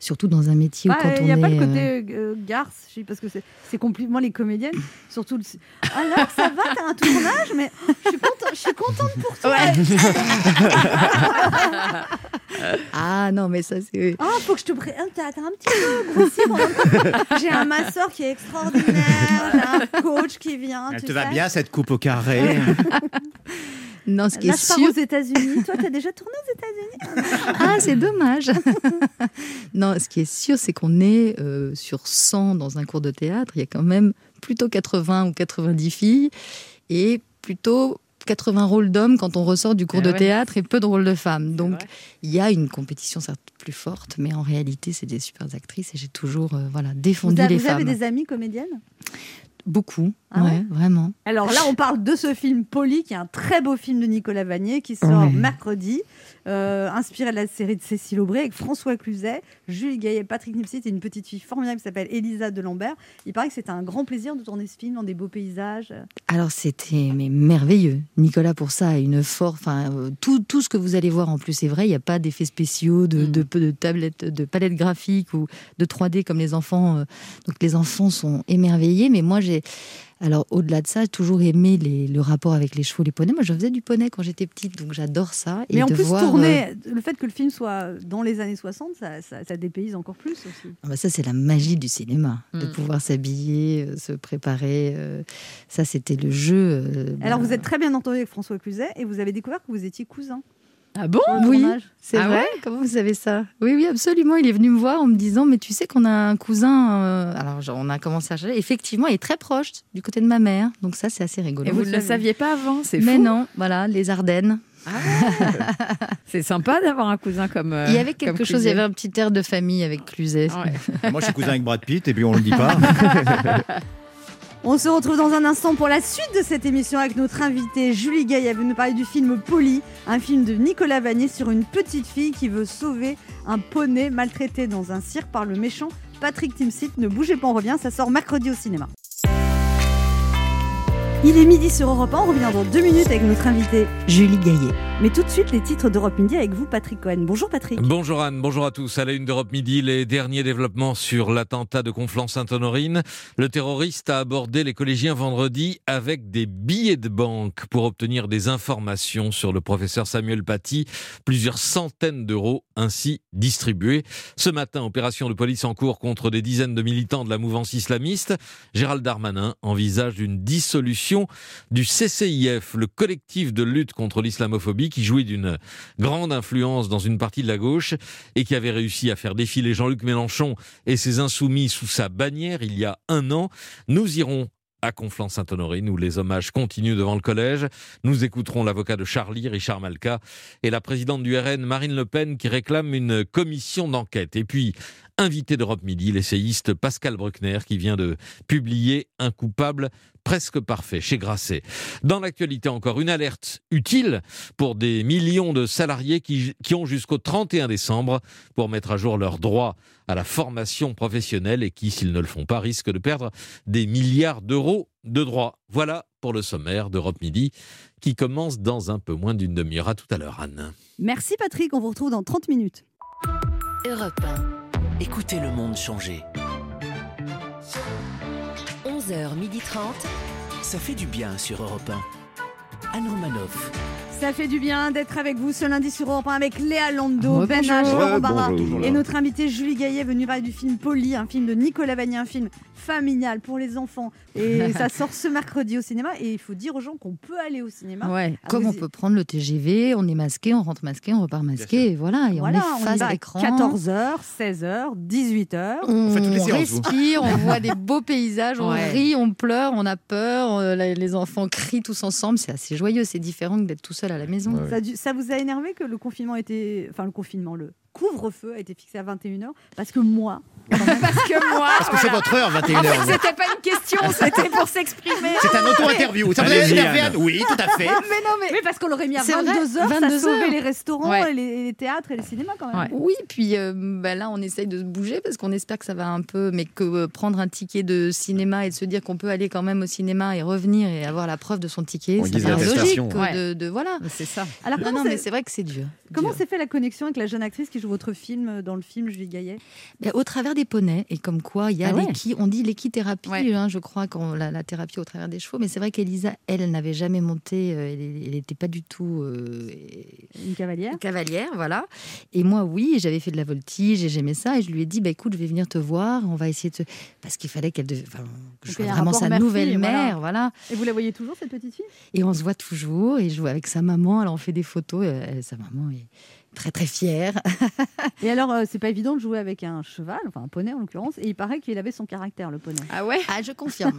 F: Surtout dans un métier où
C: Bah,
F: quand
C: Il
F: on
C: n'y a
F: est.
C: pas le
F: euh,
C: côté euh, garce, je sais, parce que c'est c'est complètement les comédiennes, surtout le. Alors, ça va, t'as un tournage, mais je suis contente, je suis contente pour
F: euh,
C: toi.
F: [laughs] Ah non, mais ça c'est.
C: Ah, faut que je te prenne. T'as t'as un petit peu grossi. vraiment. J'ai un masseur qui est extraordinaire, j'ai un coach qui vient.
D: Elle
C: tout
D: te va
C: ça.
D: bien cette coupe au
G: [laughs]
D: carré.
F: Non, ce qui
C: Là,
F: est
C: je pars
F: sûr.
C: aux États-Unis. Toi, t'as déjà tourné aux États-Unis
F: Ah, c'est dommage. non, ce qui est sûr, c'est qu'on est euh, sur 100 dans un cours de théâtre. Il y a quand même plutôt 80 ou 90 filles et plutôt 80 rôles d'hommes quand on ressort du cours
C: Eh
G: Ah
F: de
G: ouais.
F: théâtre et peu de rôles de femmes. Donc,
G: vrai.
F: il y a une compétition certes plus forte, mais en réalité, c'est des super actrices et j'ai toujours euh, voilà, défendu
C: Vous, avez-
F: les
C: vous
F: femmes.
C: avez des amies comédiennes
F: Beaucoup,
C: Ah ouais
F: ouais, vraiment.
C: Alors
F: [laughs]
C: là, on parle de ce film Polly, qui est un très beau film de Nicolas Vanier, qui sort
F: Ouais.
C: mercredi, euh, inspiré de la série de Cécile Aubry, avec François Cluzet, Jules Gaillet, Patrick Nipsit et une petite fille formidable qui s'appelle Elisa de Lambert. Il paraît que c'était un grand plaisir de tourner ce film dans des beaux paysages.
F: Alors c'était mais merveilleux. Nicolas pour ça a une force. Enfin euh, tout, tout ce que vous allez voir en plus est vrai. Il n'y a pas d'effets spéciaux, de,
G: Mm.
F: de, de tablettes, de palettes graphiques ou de 3D comme les enfants. euh, Donc les enfants sont émerveillés. Mais moi j'ai alors au-delà de ça j'ai toujours aimé les- le rapport avec les chevaux, les poneys. Moi je faisais du poney quand j'étais petite donc j'adore ça. Et
C: Mais en
F: de
C: plus,
F: voir, euh,
C: tourner, le fait que le film soit dans les années 60, ça, ça, ça dépayse encore plus aussi.
F: Ah bah ça, c'est la magie du cinéma, de
G: Mm.
F: pouvoir s'habiller, euh, se préparer. euh, ça, c'était le jeu. euh,
C: Alors,
F: bah,
C: vous êtes très bien entendu avec François Cluzet et vous avez découvert que vous étiez cousin.
G: Ah bon
F: Oui, c'est
G: Ah
F: vrai. Comment vous savez ça Oui, oui, absolument. Il est venu me voir en me disant, mais tu sais qu'on a un cousin. euh, Alors, genre, on a commencé à chercher. Effectivement, il est très proche du côté de ma mère. Donc ça, c'est assez rigolo.
G: Et vous ne le saviez pas avant, c'est
F: Mais
G: fou.
F: non, voilà, les Ardennes.
G: Ah ouais. c'est sympa d'avoir un cousin comme. euh,
F: Ah. il y avait
G: comme
F: quelque chose, il y
G: Cluzet.
F: avait un petit air de famille avec Cluzet. [laughs]
G: Ouais.
D: Moi, je suis cousin avec Brad Pitt et puis on le dit
G: [laughs]
D: pas.
C: On se retrouve dans un instant pour la suite de cette émission avec notre invitée Julie Gaillet. Elle veut nous parler du film Polly, un film de Nicolas Vanier sur une petite fille qui veut sauver un poney maltraité dans un cirque par le méchant Patrick Timsit. Ne bougez pas, on revient, ça sort mercredi au cinéma. Il est midi sur Europe 1, on revient dans deux minutes avec notre invitée.
F: Julie Gaillet.
C: Mais tout de suite, les titres d'Europe Midi avec vous, Patrick Cohen. Bonjour Patrick.
I: Bonjour Anne, bonjour à tous. À la une d'Europe Midi, les derniers développements sur l'attentat de Conflans-Sainte-Honorine. Le terroriste a abordé les collégiens vendredi avec des billets de banque pour obtenir des informations sur le professeur Samuel Paty. Plusieurs centaines d'euros ainsi distribués. Ce matin, opération de police en cours contre des dizaines de militants de la mouvance islamiste. Gérald Darmanin envisage une dissolution du CCIF, le collectif de lutte contre l'islamophobie qui jouit d'une grande influence dans une partie de la gauche et qui avait réussi à faire défiler Jean-Luc Mélenchon et ses insoumis sous sa bannière il y a un an. Nous irons à Conflans-Sainte-Honorine où les hommages continuent devant le collège. Nous écouterons l'avocat de Charlie, Richard Malka, et la présidente du RN, Marine Le Pen, qui réclame une commission d'enquête. Et puis, invité d'Europe Midi, l'essayiste Pascal Bruckner, qui vient de publier Un coupable presque parfait chez Grasset. Dans l'actualité encore, une alerte utile pour des millions de salariés qui, qui ont jusqu'au 31 décembre pour mettre à jour leurs droits à la formation professionnelle et qui, s'ils ne le font pas, risquent de perdre des milliards d'euros de droits. Voilà pour le sommaire d'Europe Midi qui commence dans un peu moins d'une demi-heure. À tout à l'heure, Anne.
C: Merci Patrick, on vous retrouve dans 30 minutes.
B: Europe 1. Écoutez le monde changer.
K: 11h30.
B: Ça fait du bien sur Europe 1. Anne Romanoff.
C: Ça fait du bien d'être avec vous ce lundi sur Europe 1 avec Léa Lando,
F: Rebonjour.
C: Ben H, Laurent
F: Ouais,
C: Barra
F: bonjour, bonjour.
C: et notre invité Julie Gaillet venue parler du film Polly, un film de Nicolas Bagné, un film familial pour les enfants.
F: [laughs]
C: Et ça sort ce mercredi au cinéma et il faut dire aux gens qu'on peut aller au cinéma.
F: Ouais,
C: Ah,
F: comme
C: vous
F: on
C: y-
F: peut prendre le TGV, on est masqué, on rentre masqué, on repart masqué, et voilà, et
C: Voilà,
F: on est
C: y
F: face
C: va à
F: écran.
C: 14h, 16h, 18h.
F: On, respire, on
E: [laughs]
F: voit [laughs] des beaux paysages, on
C: Ouais.
F: rit, on pleure, on a peur, on- la- les enfants crient tous ensemble, c'est assez joyeux, c'est différent que d'être tout seul à la maison.
C: Ça, a dû- ça vous a énervé que le confinement était. Enfin, le confinement, le couvre-feu a été fixé à 21h Parce que moi. parce que moi.
D: Parce que c'est votre heure, 21h.
C: pas une question, c'était [laughs] pour s'exprimer.
D: C'est un auto-interview. Ça vous a
L: Allez-y,
D: énervé,
L: Anne.
D: Anne Oui, tout à fait.
C: [laughs] Mais non, mais. parce qu'on l'aurait mis à
F: C'est vrai,
C: 22h, ça
F: 22
C: sauvait
F: heures.
C: les restaurants,
F: Ouais.
C: et les, et les théâtres et les cinémas quand même.
F: Oui, puis euh, bah là, on essaye de se bouger parce qu'on espère que ça va un peu, mais que euh, prendre un ticket de cinéma et de se dire qu'on peut aller quand même au cinéma et revenir et avoir la preuve de son ticket,
E: En
F: c'est
E: guise d'attestation.
F: logique
E: Ouais.
F: de, de- voilà. C'est ça.
C: Alors,
F: non,
C: comment
F: non,
C: c'est-
F: mais c'est vrai que c'est dur.
C: Comment s'est fait la connexion avec la jeune actrice qui joue votre film euh, dans le film Julie Gaillet
F: Ben, au travers des poneys, et comme quoi il y a
C: Ah ouais.
F: l'équi- on dit l'équithérapie, hein, je crois, quand la, la thérapie au travers des chevaux, mais c'est vrai qu'Elisa, elle, elle n'avait jamais monté, euh, elle n'était pas du tout euh,
C: Une cavalière
F: Cavalière, voilà. Et moi, oui, et j'avais fait de la voltige et j'aimais ça, et je lui ai dit, bah, écoute, je vais venir te voir, on va essayer de. te- Parce qu'il fallait qu'elle. deve- enfin, que je
C: Donc, il y
F: sois
C: a un
F: vraiment
C: rapport
F: sa
C: mère-fille,
F: nouvelle
C: voilà.
F: mère, voilà.
C: Et vous la voyez toujours cette
F: [laughs]
C: petite fille
F: Et on se voit toujours, et je vois avec sa maman, alors on fait des photos, euh, sa maman est très très fière.
C: Et alors, euh, c'est pas évident de jouer avec un cheval, enfin un poney en l'occurrence, et il paraît qu'il avait son caractère, le poney.
F: Ah ouais Ah, je [laughs] confirme.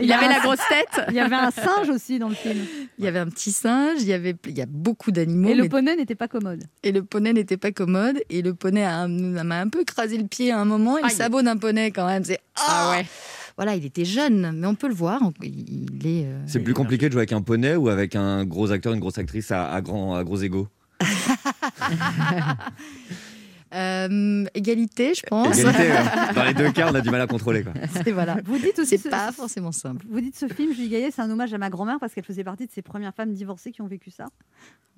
C: Il y avait la
F: grosse tête.
C: [laughs] Il y avait un singe aussi dans le film.
F: Il y avait un petit singe, il y avait il y a beaucoup d'animaux.
C: Et le
F: mais-
C: poney n'était pas commode.
F: et le poney n'était pas commode et le poney a un- m'a un peu crasé le pied à un moment et le sabot d'un poney quand même c'est ah ouais. Voilà, il était jeune, mais on peut le voir, on- il est euh,
E: C'est plus compliqué de jouer avec un poney ou avec un gros acteur, une grosse actrice à, à grand, à gros ego
F: euh, égalité, je pense.
E: Égalité, ouais. Dans les deux cas, on a du mal à contrôler. Quoi.
F: [laughs] C'est voilà.
C: Vous dites aussi
F: c'est
C: ce-
F: pas forcément simple.
C: Vous dites ce film, Julie Gaillet, c'est un hommage à ma grand-mère parce qu'elle faisait partie de ces premières femmes divorcées qui ont vécu ça.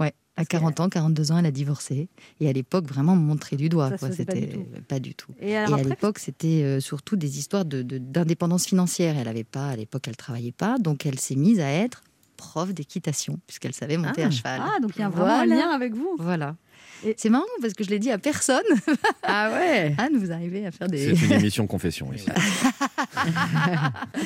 F: Ouais, à 40 ans, 42 ans, elle a divorcé et à l'époque vraiment montré du doigt
C: Ça se
F: quoi,
C: faisait pas
F: c'était
C: du tout.
F: euh, pas du tout.
C: Et
F: Et
C: alors
F: à
C: après-
F: l'époque, c'était euh, surtout des histoires de- de- d'indépendance financière. Elle avait pas, à l'époque, elle travaillait pas, donc elle s'est mise à être prof d'équitation, puisqu'elle savait monter
C: Ah.
F: à cheval.
C: Ah, donc il y a vraiment un lien avec vous.
F: Voilà. C'est marrant parce que je l'ai dit à personne. [laughs] Ah ouais Anne, vous arrivez à faire
E: C'est
F: des.
E: une
F: [laughs]
E: émission confession
D: [laughs]
E: ici.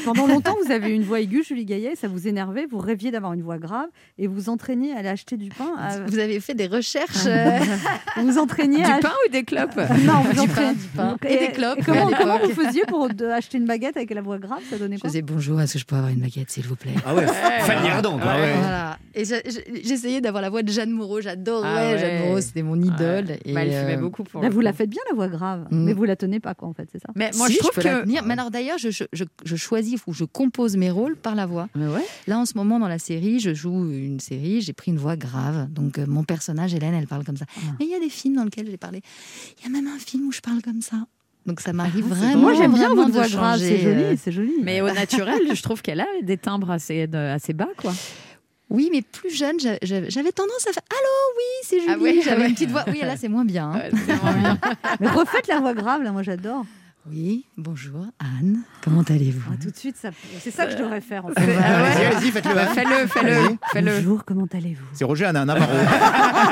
C: Pendant longtemps, vous avez eu une voix aiguë, Julie Gaillet, ça vous énervait, vous rêviez d'avoir une voix grave et vous entraîniez à aller acheter du pain. à-
F: Vous avez fait des recherches. euh,
C: [laughs] Vous entraîniez à...
F: Du pain ou des clopes
C: [laughs] Euh, Non,
G: [laughs]
C: vous
F: Du pain,
C: entraîniez
F: du pain.
C: Donc,
F: Et, des clopes.
C: et
F: à
C: comment,
F: l'époque.
C: comment vous faisiez pour de- acheter une baguette avec la voix grave Ça donnait
F: Je
C: quoi
F: faisais bonjour, est-ce que je peux avoir une baguette, s'il vous plaît
E: Ah ouais, Fanny Ardant, quoi.
F: Voilà. Et je- je- j'essayais d'avoir la voix de Jeanne Moreau, j'adorais
G: Ah ouais.
F: Jeanne Moreau, c'était mon idole.
G: Ouais.
F: Et
G: Bah, elle fumait
F: euh,
G: beaucoup pour
C: Là,
G: le
C: vous la
G: coup.
C: faites bien la voix grave,
F: Mm.
C: mais vous la tenez pas quoi en fait, c'est ça
G: Mais moi,
F: Si,
G: je trouve
F: peux la
G: que
F: tenir. Mais alors d'ailleurs, je, je, je- je choisis ou je compose mes rôles par la voix. Là, en ce moment, dans la série, je joue une série, j'ai pris une voix grave. Donc, euh, mon personnage, Hélène, elle parle comme ça.
C: Ah.
F: Mais il y a des films dans lesquels j'ai parlé. Il y a même un film où je parle comme ça. Donc, ça m'arrive vraiment.
C: Ah, Moi j'aime bien
F: vraiment
C: votre
F: de
C: voix grave,
F: changer,
C: c'est joli,
F: euh,
C: c'est joli.
G: Ah, Mais au naturel, je trouve qu'elle a des timbres assez, de- assez bas, quoi.
F: [laughs] Oui, mais plus jeune, j'a- j'a- j'avais tendance à faire Allô, oui, c'est Julie.
G: Ah ouais,
F: [laughs] j'avais
G: ah ouais.
F: une petite voix. Oui, là, c'est moins bien. hein.
C: Mais refaites la voix grave, là moi j'adore.
F: Oui, bonjour, Anne. Comment allez-vous
C: Ah, tout de suite, ça... c'est ça que je devrais faire. En
F: Ouais.
C: fait.
D: Allez-y, allez-y, faites-le. Anne.
G: Euh, Fais-le, faites-le, faites-le.
C: Bonjour, comment allez-vous
D: C'est Roger, Anne, un Navarro.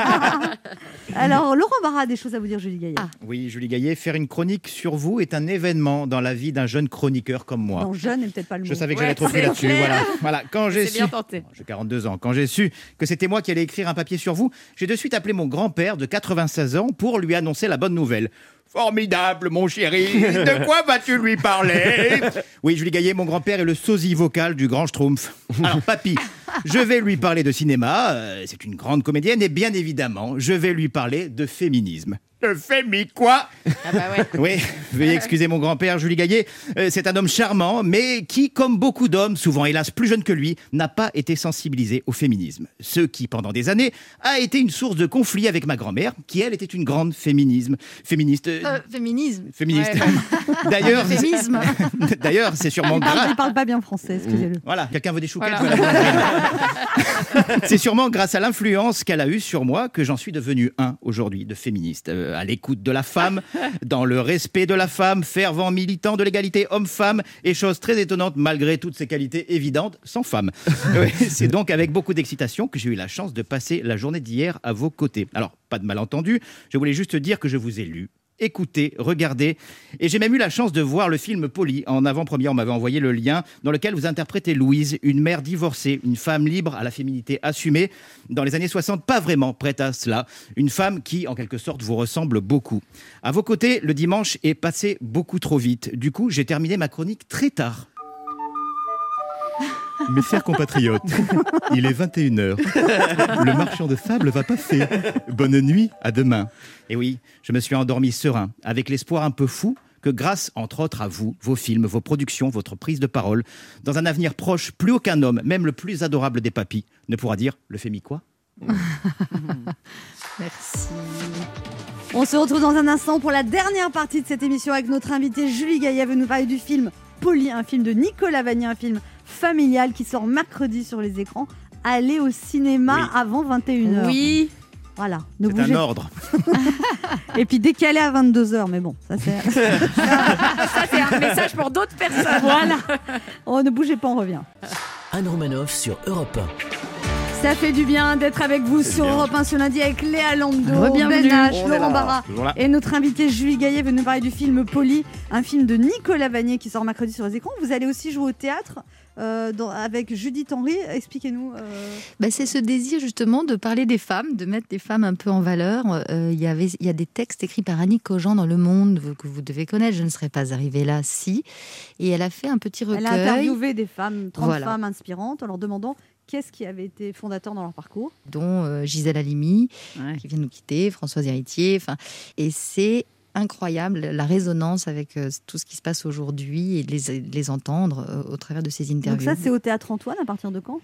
D: Mm.
C: Alors Laurent Barra a des choses à vous dire, Julie Gaillet.
D: Oui, Julie Gaillet, faire une chronique sur vous est un événement dans la vie d'un jeune chroniqueur comme moi.
C: Non, jeune n'est peut-être pas le mot.
D: Je savais que j'allais être
G: Ouais,
D: pris
G: c'est
D: là-dessus.
G: clair.
D: Voilà. voilà. Quand j'ai
G: C'est
D: su.
G: bien tenté.
D: J'ai 42 ans. Quand j'ai su que c'était moi qui allais écrire un papier sur vous, j'ai de suite appelé mon grand-père de 96 ans pour lui annoncer la bonne nouvelle. Formidable, mon chéri. De quoi vas-tu lui parler Oui, Julie Gaillet, mon grand-père est le sosie vocal du grand Schtroumpf. Alors, papy, je vais lui parler de cinéma. euh, C'est une grande comédienne. Et bien évidemment, je vais lui parler de féminisme. Te fais mi quoi Oui, veuillez excuser mon grand-père, Julie Gaillet. Euh, C'est un homme charmant, mais qui, comme beaucoup d'hommes, souvent hélas plus jeunes que lui, n'a pas été sensibilisé au féminisme. Ce qui, pendant des années, a été une source de conflit avec ma grand-mère, qui, elle, était une grande féminisme, féministe. euh,
F: Euh, féminisme.
D: Féministe. [laughs] D'ailleurs,
F: Féminisme.
D: D'ailleurs, c'est sûrement
C: Il parle,
D: grâce.
C: il parle pas bien français,
G: Mm.
C: excusez-le.
D: Voilà, quelqu'un veut des chouquettes voilà. C'est sûrement grâce à l'influence qu'elle a eue sur moi que j'en suis devenu un aujourd'hui de féministe. Euh, à l'écoute de la femme, dans le respect de la femme, fervent militant de l'égalité homme-femme et chose très étonnante malgré toutes ses qualités évidentes, sans femme. Ouais, C'est donc avec beaucoup d'excitation que j'ai eu la chance de passer la journée d'hier à vos côtés. Alors, pas de malentendu, je voulais juste dire que je vous ai lu écouter, regarder. Et j'ai même eu la chance de voir le film Polly. En avant-première, on m'avait envoyé le lien dans lequel vous interprétez Louise, une mère divorcée, une femme libre à la féminité assumée, dans les années 60, pas vraiment prête à cela. Une femme qui, en quelque sorte, vous ressemble beaucoup. À vos côtés, le dimanche est passé beaucoup trop vite. Du coup, j'ai terminé ma chronique très tard.
L: Mes chers compatriotes, il est 21h. Le marchand de sable va passer.
D: Bonne nuit, à demain. Et Eh oui, je me suis endormi serein, avec l'espoir un peu fou que grâce, entre autres, à vous, vos films, vos productions, votre prise de parole, dans un avenir proche, plus aucun homme, même le plus adorable des papis, ne pourra dire le fémi quoi
F: Merci.
C: On se retrouve dans un instant pour la dernière partie de cette émission avec notre invitée Julie Gaillet veut nous parler du film Polly, un film de Nicolas Vanier, un film familial qui sort mercredi sur les écrans. Allez au cinéma avant 21h.
G: Oui.
C: Voilà, ne
D: C'est un
C: bougez
D: ordre.
C: Et puis décalé à 22h, mais bon, ça
D: [laughs]
C: c'est [laughs]
M: Ça, c'est un message pour d'autres personnes.
C: Voilà. Oh, ne bougez pas, on revient.
B: Anne Romanoff sur Europe
C: Ça fait du bien d'être avec vous sur
B: bien.
C: Europe 1 ce lundi avec Léa Lando,
B: Re-bienvenue.
C: Ben H,
B: On est
C: Laurent
B: là.
C: Barra
B: Toujours là.
C: et notre invité Julie Gaillet veut nous parler du film Polly, un film de Nicolas Vanier qui sort mercredi sur les écrans. Vous allez aussi jouer au théâtre euh, dans- avec Judith Henry. Expliquez-nous. euh,
F: Bah, c'est ce désir justement de parler des femmes, de mettre des femmes un peu en valeur. Euh, Il y avait, il y a des textes écrits par Annie Cogent dans Le Monde vous- que vous devez connaître. Je ne serais pas arrivée là si. Et elle a fait un petit recueil.
C: Elle a interviewé des femmes, 30
F: Voilà.
C: femmes inspirantes en leur demandant qu'est-ce qui avait été fondateur dans leur parcours.
F: dont euh, Gisèle Halimi, qui vient de nous quitter, Françoise Héritier. enfin, Et c'est incroyable la résonance avec euh, tout ce qui se passe aujourd'hui et de les, de les entendre euh, au travers de ces interviews.
C: Donc ça, c'est au théâtre Antoine à partir de quand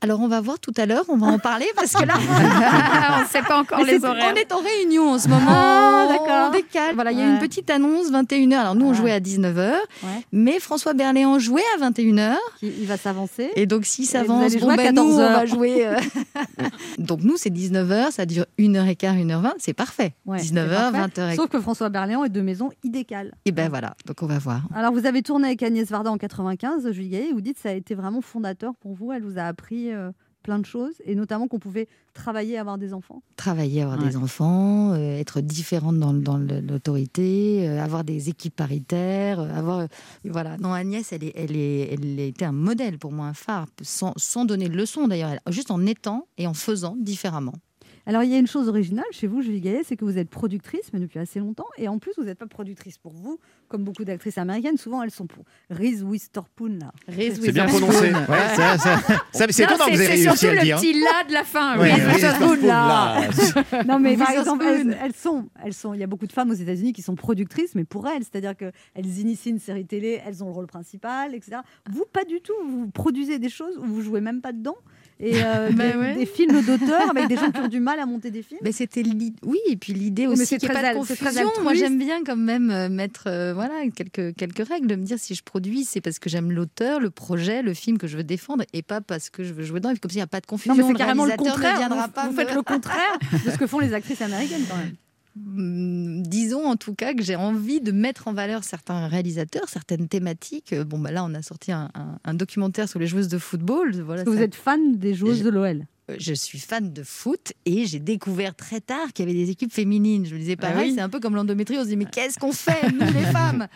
F: Alors on va voir tout à l'heure, on va en parler parce [laughs] que là,
C: On sait pas encore les
F: c'est-
C: horaires.
F: On est en réunion en ce moment.
C: Ah,
F: d'accord. On décale. Voilà, il y a eu une petite annonce 21h. Alors nous on jouait à 19h, mais François Berléand jouait à 21h.
C: Il va s'avancer.
F: Et donc s'il
C: Et vous allez
F: s'avance,
C: jouer
F: bon,
C: à
F: ben, nous, on
C: 14h.
F: va jouer.
C: [laughs]
F: euh, donc nous c'est 19h, ça dure 1h15, 1h20, c'est parfait.
C: Ouais, c'est
F: 19h,
C: parfait.
F: 20h.
C: Sauf que François Berléand est de maison, il décale.
F: Et ben voilà, donc on va voir.
C: Alors, vous avez tourné avec Agnès Varda en 95, Julie Gaillet. Vous dites que ça a été vraiment fondateur pour vous. Elle vous a appris euh, plein de choses, et notamment qu'on pouvait travailler et avoir des enfants.
F: Travailler, avoir des enfants, euh, être différente dans, le- dans le- l'autorité, euh, avoir des équipes paritaires, euh, avoir. euh, voilà. Non, Agnès, elle, est, elle, est, elle était un modèle pour moi, un phare, sans, sans donner de leçon d'ailleurs, elle- juste en étant et en faisant différemment.
C: Alors, il y a une chose originale chez vous, Julie Gaillet, c'est que vous êtes productrice, mais depuis assez longtemps. Et en plus, vous n'êtes pas productrice pour vous, comme beaucoup d'actrices américaines. Souvent, elles sont pour Reese Witherspoon. là.
D: C'est bien prononcé. Ouais, ça- ça- ça- c'est
G: Non,
D: étonnant que vous ayez
G: C'est
D: réussi
G: surtout
D: à le
G: le
D: dire.
G: petit là de la fin.
D: Ouais,
G: oui.
D: Reese Witherspoon, là.
C: [laughs] Non mais par
G: Reese
C: exemple,
G: Witherspoon.
C: elles, elles sont, elles sont. Il y a beaucoup de femmes aux États-Unis qui sont productrices, mais pour elles, c'est-à-dire que elles initient une série télé, elles ont le rôle principal, etc. Vous, pas du tout. Vous produisez des choses où vous jouez même pas dedans. Et euh,
F: Bah
C: des,
F: ouais.
C: des films d'auteurs avec des gens qui ont du mal à monter des films.
F: Mais c'était oui, et puis l'idée
C: Oui, mais
F: aussi
C: c'est
F: qu'il n'y ait
C: très
F: pas de
C: al- c'est très
F: confusion. Moi,
C: altruiste.
F: j'aime bien quand même euh, mettre euh, voilà quelques quelques règles, de me dire si je produis, c'est parce que j'aime l'auteur, le projet, le film que je veux défendre, et pas parce que je veux jouer dedans. Et puis, comme s'il n'y a pas de confusion,
C: Non mais c'est carrément le
F: réalisateur ne
C: contraire.
F: viendra
C: Vous,
F: pas
C: vous
F: me-
C: faites le contraire
F: [laughs]
C: de ce que font les actrices américaines quand même.
F: Mm, Disons en tout cas que j'ai envie de mettre en valeur certains réalisateurs, certaines thématiques. Euh, Bon, bah là, on a sorti un, un- un documentaire sur les joueuses de football. Voilà,
C: Parce que vous
F: ça-
C: êtes fan des joueuses de l'OL.
F: euh, je suis fan de foot et j'ai découvert très tard qu'il y avait des équipes féminines. Je me disais pareil,
C: Bah oui.
F: c'est un peu comme l'endométrie, on se dit mais qu'est-ce qu'on fait, nous
C: [laughs]
F: les femmes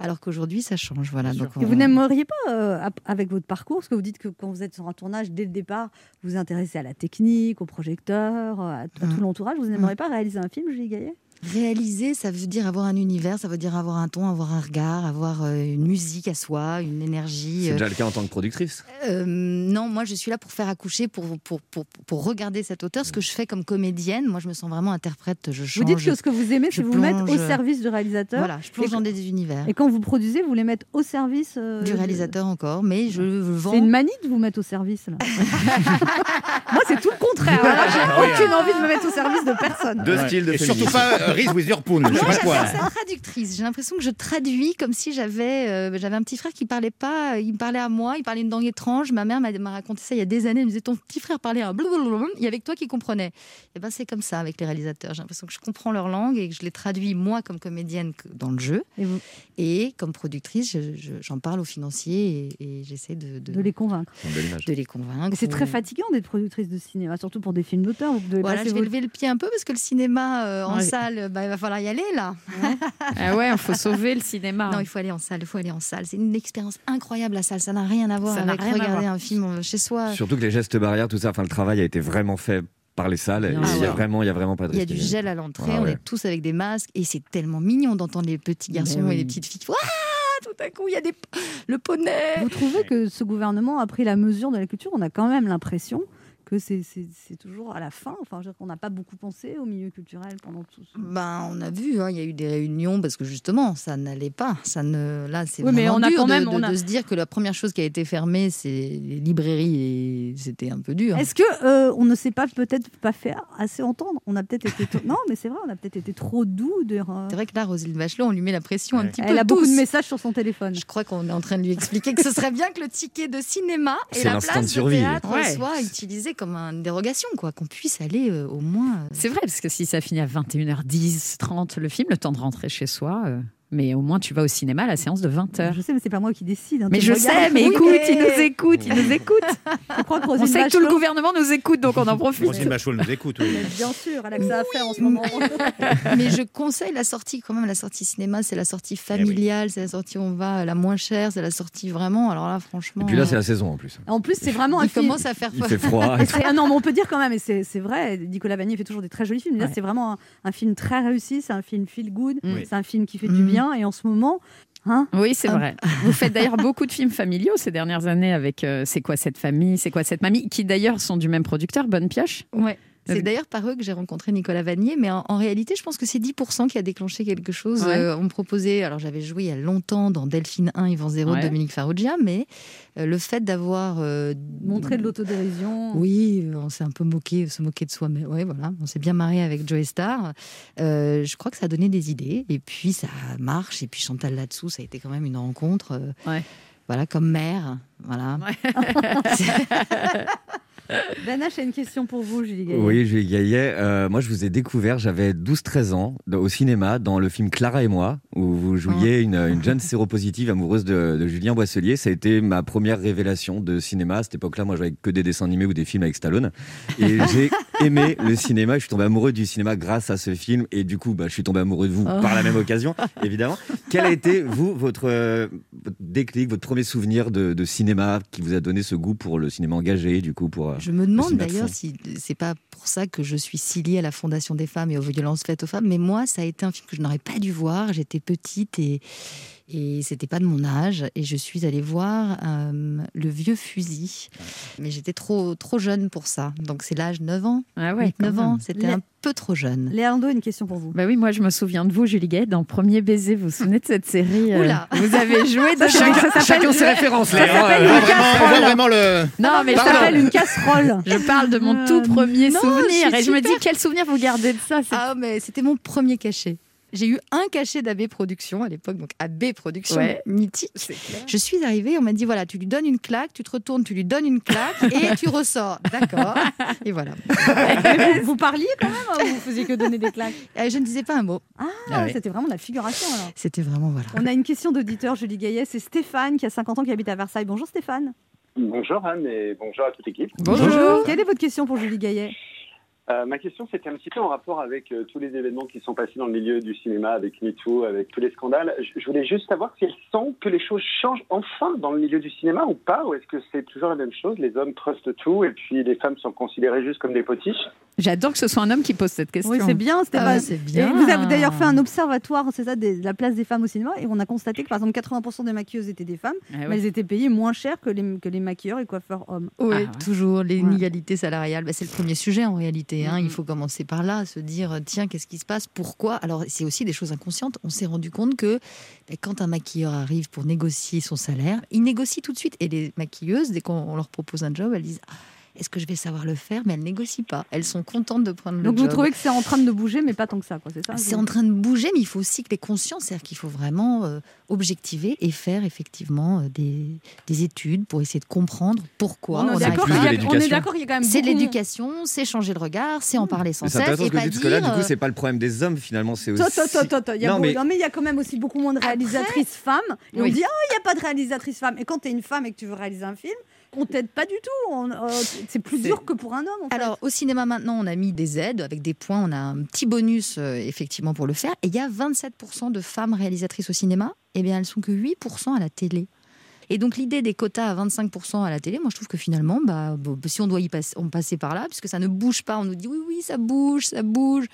F: Alors qu'aujourd'hui ça change, voilà. Donc
C: Et
F: on-
C: vous n'aimeriez pas, euh, ap- avec votre parcours, parce que vous dites que quand vous êtes sur un tournage, dès le départ,
F: Mmh.
C: vous vous intéressez à la technique, au projecteur, euh, à, à tout l'entourage, vous n'aimeriez pas réaliser un film, Julie Gaillet
F: Réaliser, ça veut dire avoir un univers, ça veut dire avoir un ton, avoir un regard, avoir euh, une musique à soi, une énergie.
E: C'est
F: euh,
E: déjà le cas en tant que productrice.
F: euh, non, moi je suis là pour faire accoucher, pour, pour, pour, pour regarder cet auteur. Ce que je fais comme comédienne, moi je me sens vraiment interprète, je change.
C: Vous dites que ce que vous aimez,
F: je
C: c'est vous mettre au
F: plonge.
C: service du réalisateur.
F: Voilà, je plonge
C: Et-
F: dans des univers.
C: Et quand vous produisez, vous les mettez au service euh,
F: du
C: de-
F: réalisateur encore, mais je vends.
C: C'est une manie de vous mettre au service,
F: [laughs]
C: là. Moi, c'est tout le contraire. hein. Là,
F: Ah oui,
C: J'ai aucune envie de me mettre au service de personne.
D: Deux
E: styles de
D: Et surtout
E: féminisme.
D: pas euh, Reese Witherspoon, je sais pas quoi.
F: C'est la traductrice. J'ai l'impression que je traduis comme si j'avais euh, j'avais un petit frère qui parlait pas, euh, il me parlait à moi, il parlait une langue étrange. Ma mère m'a m'a raconté ça il y a des années. Elle me disait ton petit frère parlait un blablabla, il y avait que toi qui comprenais. Et ben c'est comme ça avec les réalisateurs. J'ai l'impression que je comprends leur langue et que je les traduis moi comme comédienne que- dans le jeu
C: et,
F: comme productrice je- je- j'en parle aux financiers et, et j'essaie de,
C: De les convaincre.
F: De les convaincre.
C: Mais C'est très
F: ou-
C: fatigant d'être productrice de cinéma, surtout pour des films d'auteur. Vous devez
F: Voilà,
C: passer
F: je vais
C: vos-
F: lever le pied un peu parce que le cinéma euh, en
C: Ouais.
F: salle, bah, il va falloir y aller là.
G: Ah ouais, il faut sauver le cinéma.
F: Non, il faut aller en salle, il faut aller en salle. C'est une expérience incroyable la salle, ça n'a rien à voir
G: Ça n'a
F: avec
G: rien à
F: regarder
G: voir.
F: un film euh, chez soi.
E: Surtout que les gestes barrières, tout ça, enfin, le travail a été vraiment fait par les salles.
F: Bien
E: et il y a
F: sûr.
E: vraiment, il y a vraiment pas de
F: Il y a
E: risque.
F: du gel à l'entrée,
E: Ah
F: on
E: ouais.
F: est tous avec des masques et c'est tellement mignon d'entendre les petits garçons
G: oui.
F: et les petites filles. qui font, Ah, tout à coup, il y a des... le poney.
C: Vous trouvez que ce gouvernement a pris la mesure de la culture On a quand même l'impression que c'est- c'est c'est toujours à la fin. Enfin, je veux dire qu'on n'a pas beaucoup pensé au milieu culturel pendant tout ce
F: Ben, on a vu, hein, il y a eu des réunions parce que justement, ça n'allait pas. Ça ne, là, c'est
G: Oui, mais
F: vraiment
G: on a
F: dur
G: quand
F: de-
G: même-
F: de,
G: on a-
F: de se dire que la première chose qui a été fermée, c'est les librairies et c'était un peu dur.
C: Est-ce que euh, on ne s'est pas peut-être pas fait assez entendre On a peut-être été trop- non, mais c'est vrai, on a peut-être été trop doux.
F: C'est vrai que là, Roselyne Bachelot, on lui met la pression un petit peu.
C: Elle a beaucoup
F: tous.
C: de messages sur son téléphone.
F: Je crois qu'on est en train de lui expliquer que ce serait bien que le ticket de cinéma et
E: C'est
F: la
E: l'instant
F: place
E: de survie.
F: de théâtre
E: Ouais.
F: soient utilisés comme une dérogation, quoi, qu'on puisse aller euh, au moins.
G: C'est vrai, parce que si ça finit à 21h10, 30, le film, le temps de rentrer chez soi. euh, Mais au moins, tu vas au cinéma à la séance de 20h.
C: Je sais, mais c'est pas moi qui décide. hein,
G: Mais
C: tu
G: je
C: me regardes.
G: sais,
C: [laughs]
G: mais
C: Oui,
G: écoute,
C: mais-
G: il nous écoute, il nous écoute.
F: [laughs]
C: Je crois que
G: On
C: Roselyne
G: sait que tout le
C: Bachelot-
G: gouvernement nous écoute, donc on en profite.
D: Roselyne Bachelot nous écoute. oui.
C: Mais bah, Bien sûr, elle a que ça à faire en [laughs] ce moment.
F: [laughs] Mais je conseille la sortie quand même. La sortie cinéma, c'est la sortie
E: Eh
F: familiale, c'est la sortie où on va la moins chère, c'est la sortie vraiment. Alors là, franchement. euh,
E: Et puis là, c'est la saison en plus.
C: En plus, c'est vraiment un
F: Il
C: film.
F: commence à faire
E: Il fait froid.
C: Et c'est- ah non, mais on peut dire quand même, et c'est c'est vrai, Nicolas Vanier fait toujours des très jolis films. mais Là, c'est vraiment un, un film très réussi, c'est un film feel good,
G: Mm.
C: c'est un film qui fait du bien. Et en ce moment, hein,
G: Oui, c'est vrai. Vous faites d'ailleurs beaucoup de films familiaux ces dernières années avec euh, C'est quoi cette famille, C'est quoi cette mamie, qui d'ailleurs sont du même producteur, Bonne Pioche.
F: Ouais. C'est
G: Donc-
F: d'ailleurs par eux que j'ai rencontré Nicolas Vanier, mais en, en réalité, je pense que c'est 10% qui a déclenché quelque chose.
G: Ouais.
F: Euh, on me proposait, alors j'avais joué il y a longtemps dans Delphine 1, Yvan 0
G: Ouais.
F: de Dominique Farrugia, mais euh, le fait d'avoir. euh,
C: montrer de l'autodérision. [laughs]
F: oui, euh, on s'est un peu moqué, se moquer de soi-même. Ouais, voilà, on s'est bien marré avec Joey Star. Euh, je crois que ça a donné des idées, et puis ça marche. Et puis Chantal là-dessous, ça a été quand même une rencontre. euh, Voilà, comme mère, voilà. [laughs]
G: [laughs]
C: Danache Ben a une question pour vous, Julie Gaillet.
E: Oui, Julie Gaillet. euh, moi, je vous ai découvert, j'avais 12-13 ans, dans- au cinéma, dans le film Clara et moi, où vous
F: Oh.
E: jouiez une, une
F: [laughs]
E: jeune séropositive amoureuse de, de Julien Boisselier. Ça a été ma première révélation de cinéma. À cette époque-là, moi, je voyais que des dessins animés ou des films avec Stallone.
F: [laughs]
E: Et j'ai aimé le cinéma. Je suis tombé amoureux du cinéma grâce à ce film. Et du coup, bah, je suis tombé amoureux de vous
L: Oh.
E: par la même occasion, évidemment. Quel a été, vous, votre, euh, votre déclic, votre premier souvenir de, de cinéma qui vous a donné ce goût pour le cinéma engagé, du coup, pour. euh,
F: Je me
E: le
F: demande
E: cinéma de
F: d'ailleurs
E: fond
F: si c'est pas pour ça que je suis si liée à la Fondation des femmes et aux violences faites aux femmes, mais moi, ça a été un film que je n'aurais pas dû voir. J'étais petite et, et c'était pas de mon âge. Et je suis allée voir euh, Le Vieux Fusil. Mais j'étais trop, trop jeune pour ça. Donc c'est l'âge 9 ans.
G: Ah ouais,
F: 8,
G: quand
F: 9 ans,
G: même.
F: c'était
G: Les-
F: un peu trop jeune.
C: Léandro, une question pour vous.
G: Bah oui, moi je me souviens de vous, Julie Gay, dans Premier baiser. Vous vous souvenez de cette série euh,
C: Oula.
G: Vous avez joué
F: [laughs]
C: Ça,
G: dedans.
C: chacun-
G: Ça s'appelle-
C: chacun ses références, là.
G: Ça s'appelle
D: On
G: une
D: voit hein. Ah, vraiment- on voit
G: casserole.
D: vraiment le.
G: hein. Non, mais je
D: Pardon.
G: t'appelle
F: [laughs]
G: une casserole. Je parle de
F: Euh.
G: mon tout premier
F: non,
G: souvenir.
F: je suis
G: et je me dis,
F: super-
G: quel souvenir vous gardez de ça
F: Ah, mais c'était mon premier cachet. J'ai eu un cachet d'AB Productions à l'époque, donc AB Productions,
G: Ouais.
F: mythique. Je suis arrivée, on m'a dit voilà, tu lui donnes une claque, tu te retournes, tu lui donnes une claque et tu ressors. D'accord. [laughs] Et voilà.
C: Mais vous, vous parliez quand même, hein, ou vous faisiez que donner des claques
F: [laughs] Euh, Je ne disais pas un mot.
C: Ah,
F: Ah oui.
C: c'était vraiment de la figuration alors.
F: C'était vraiment voilà.
C: On a une question d'auditeur, Julie Gaillet. C'est Stéphane qui a 50 ans qui habite à Versailles. Bonjour Stéphane.
N: Bonjour Anne et bonjour à toute l'équipe.
C: Quelle est votre question pour Julie Gaillet
N: Euh, ma question, c'était un petit peu en rapport avec euh, tous les événements qui sont passés dans le milieu du cinéma, avec MeToo, avec tous les scandales. Je, je voulais juste savoir si elle sent que les choses changent enfin dans le milieu du cinéma ou pas, ou est-ce que c'est toujours la même chose Les hommes trustent tout et puis les femmes sont considérées juste comme des potiches
G: J'adore que ce soit un homme qui pose cette question.
C: Oui, c'est bien, c'était
G: Ah ouais,
C: pas-
G: c'est
C: Et
G: bien.
C: vous avez d'ailleurs fait un observatoire, c'est ça, des- de la place des femmes au cinéma, et on a constaté que par exemple 80% des maquilleuses étaient des femmes,
F: Ah ouais.
C: mais elles étaient payées moins cher que les, que les maquilleurs et coiffeurs hommes.
F: Oui, toujours l'inégalité salariale. Bah, c'est le premier sujet en réalité. hein. Il faut commencer par là, se dire euh, tiens, qu'est-ce qui se passe Pourquoi Alors, c'est aussi des choses inconscientes. On s'est rendu compte que bah, quand un maquilleur arrive pour négocier son salaire, il négocie tout de suite. Et les maquilleuses, dès qu'on on leur propose un job, elles disent Ah, est-ce que je vais savoir le faire Mais elles négocient pas. Elles sont contentes de prendre le
C: Donc
F: job.
C: vous trouvez que c'est en train de bouger, mais pas tant que ça, quoi, c'est ça
F: C'est en train de bouger, mais il faut aussi que les consciences, c'est-à-dire qu'il faut vraiment euh, objectiver et faire effectivement euh, des, des études pour essayer de comprendre pourquoi.
C: On est
F: arrive
C: d'accord,
F: pas.
C: il y a- on est L'éducation. d'accord, il y a quand même
F: C'est de
C: beaucoup-
F: l'éducation, c'est changer le regard, c'est
G: Hmm.
F: en parler sans
E: C'est
F: cesse
E: intéressant
F: et
E: ce que
F: pas
E: vous dites, parce que
F: dire.
E: là, du coup,
F: euh,
E: c'est pas le problème des hommes finalement, c'est aussi.
C: Tot, tot, tot, tot, tot. Il y a
E: Non,
C: beau-
E: mais-
C: non, mais il y a quand même aussi beaucoup moins de réalisatrices femmes. Et
E: Oui.
C: On dit, ah, il n'y a pas de réalisatrice femme. Et quand tu es une femme et que tu veux réaliser un film, on t'aide pas du tout. On- euh, c'est plus dur que pour un homme. en fait.
F: Alors, au cinéma maintenant, on a mis des aides avec des points, on a un petit bonus euh, effectivement pour le faire. Et il y a 27% de femmes réalisatrices au cinéma, et bien elles sont que 8% à la télé. Et donc l'idée des quotas à 25% à la télé, moi je trouve que finalement, bah, bon, si on doit y passer, on passer par là, puisque ça ne bouge pas, on nous dit oui, oui, ça bouge, ça bouge.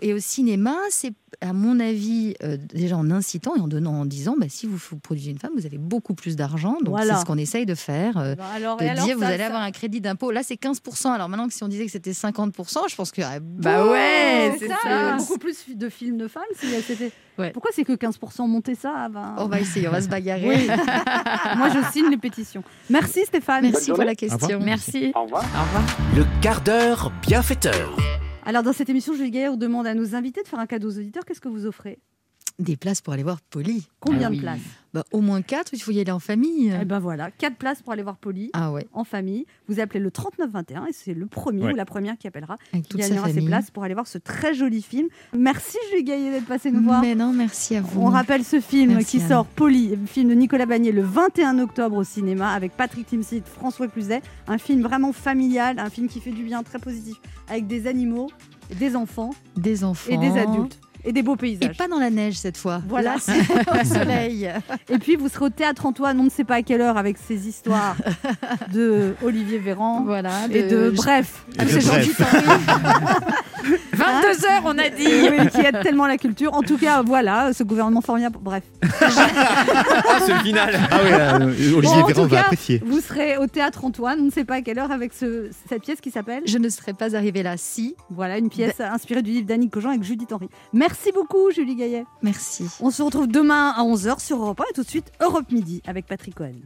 F: Et au cinéma, c'est à mon avis, euh, déjà en incitant et en donnant, en disant, bah, si vous vous produisez une femme, vous avez beaucoup plus d'argent. Donc
C: Voilà.
F: c'est ce qu'on essaye de faire, euh,
C: Bah, alors,
F: de
C: et alors,
F: dire vous
C: ça,
F: allez
C: ça-
F: avoir un crédit d'impôt. Là c'est 15%. Alors maintenant que si on disait que c'était 50%, je pense ah qu'il y aurait
C: Bon,
F: beaucoup
C: Il y a beaucoup plus de films de femmes. si c'était- Pourquoi c'est que 15% monter ça
F: On va essayer, on va se bagarrer.
C: ben. [laughs] Moi, je signe les pétitions. Merci Stéphane.
B: Merci Bonne pour journée. la question. Au revoir.
C: Merci.
N: Au revoir.
B: Au revoir. Le quart d'heure bienfaiteur.
C: Alors, dans cette émission, Julie Gaillard demande à nos invités de faire un cadeau aux auditeurs. Qu'est-ce que vous offrez
F: Des places pour aller voir Polly.
C: Combien de places
F: bah, Au moins 4, il faut y aller en famille.
C: Eh ben voilà, 4 places pour aller voir Polly
F: euh. Ah ouais.
C: en famille. Vous appelez le 3921 et c'est le premier
F: Ouais.
C: ou la première qui appellera
F: Avec
C: qui
F: toute sa
C: gagnera ses
F: famille.
C: places pour aller voir ce très joli film. Merci Julie Gaillet d'être passée nous voir.
F: Mais non, merci à vous.
C: On rappelle ce film
F: Merci,
C: qui
F: Anne.
C: sort Polly, film de Nicolas Bagné le 21 octobre au cinéma avec Patrick Timsit, François Cluzet. Un film vraiment familial, un film qui fait du bien, très positif, avec des animaux, des enfants
F: Des enfants.
C: et des adultes et des beaux paysages.
F: Et pas dans la neige cette fois.
C: Voilà,
F: Là, [laughs] c'est au soleil.
C: Et puis vous serez au théâtre Antoine, on ne sait pas à quelle heure, avec ces histoires de Olivier Véran
F: voilà,
C: et de
G: de-
C: bref.
F: Ah,
G: Et de Bref. 22 heures, on a dit.
C: [laughs] Oui, qui aide tellement la culture. En tout cas, voilà, ce gouvernement formidable. Bref.
E: Ah, c'est le final
L: Ah oui, euh,
C: Bon,
L: Olivier
C: en
L: Véran
C: tout
L: va
C: cas,
L: apprécier.
C: Vous serez au théâtre Antoine, on ne sait pas à quelle heure, avec ce- cette pièce qui s'appelle.
F: Je ne serais pas arrivée là si. Ben.
C: Voilà, une pièce inspirée du livre d'Annie Cogent avec Judith Henry. Merci beaucoup, Julie Gaillet.
F: Merci.
C: On se retrouve demain à 11h sur Europe 1 et tout de suite Europe Midi avec Patrick Cohen.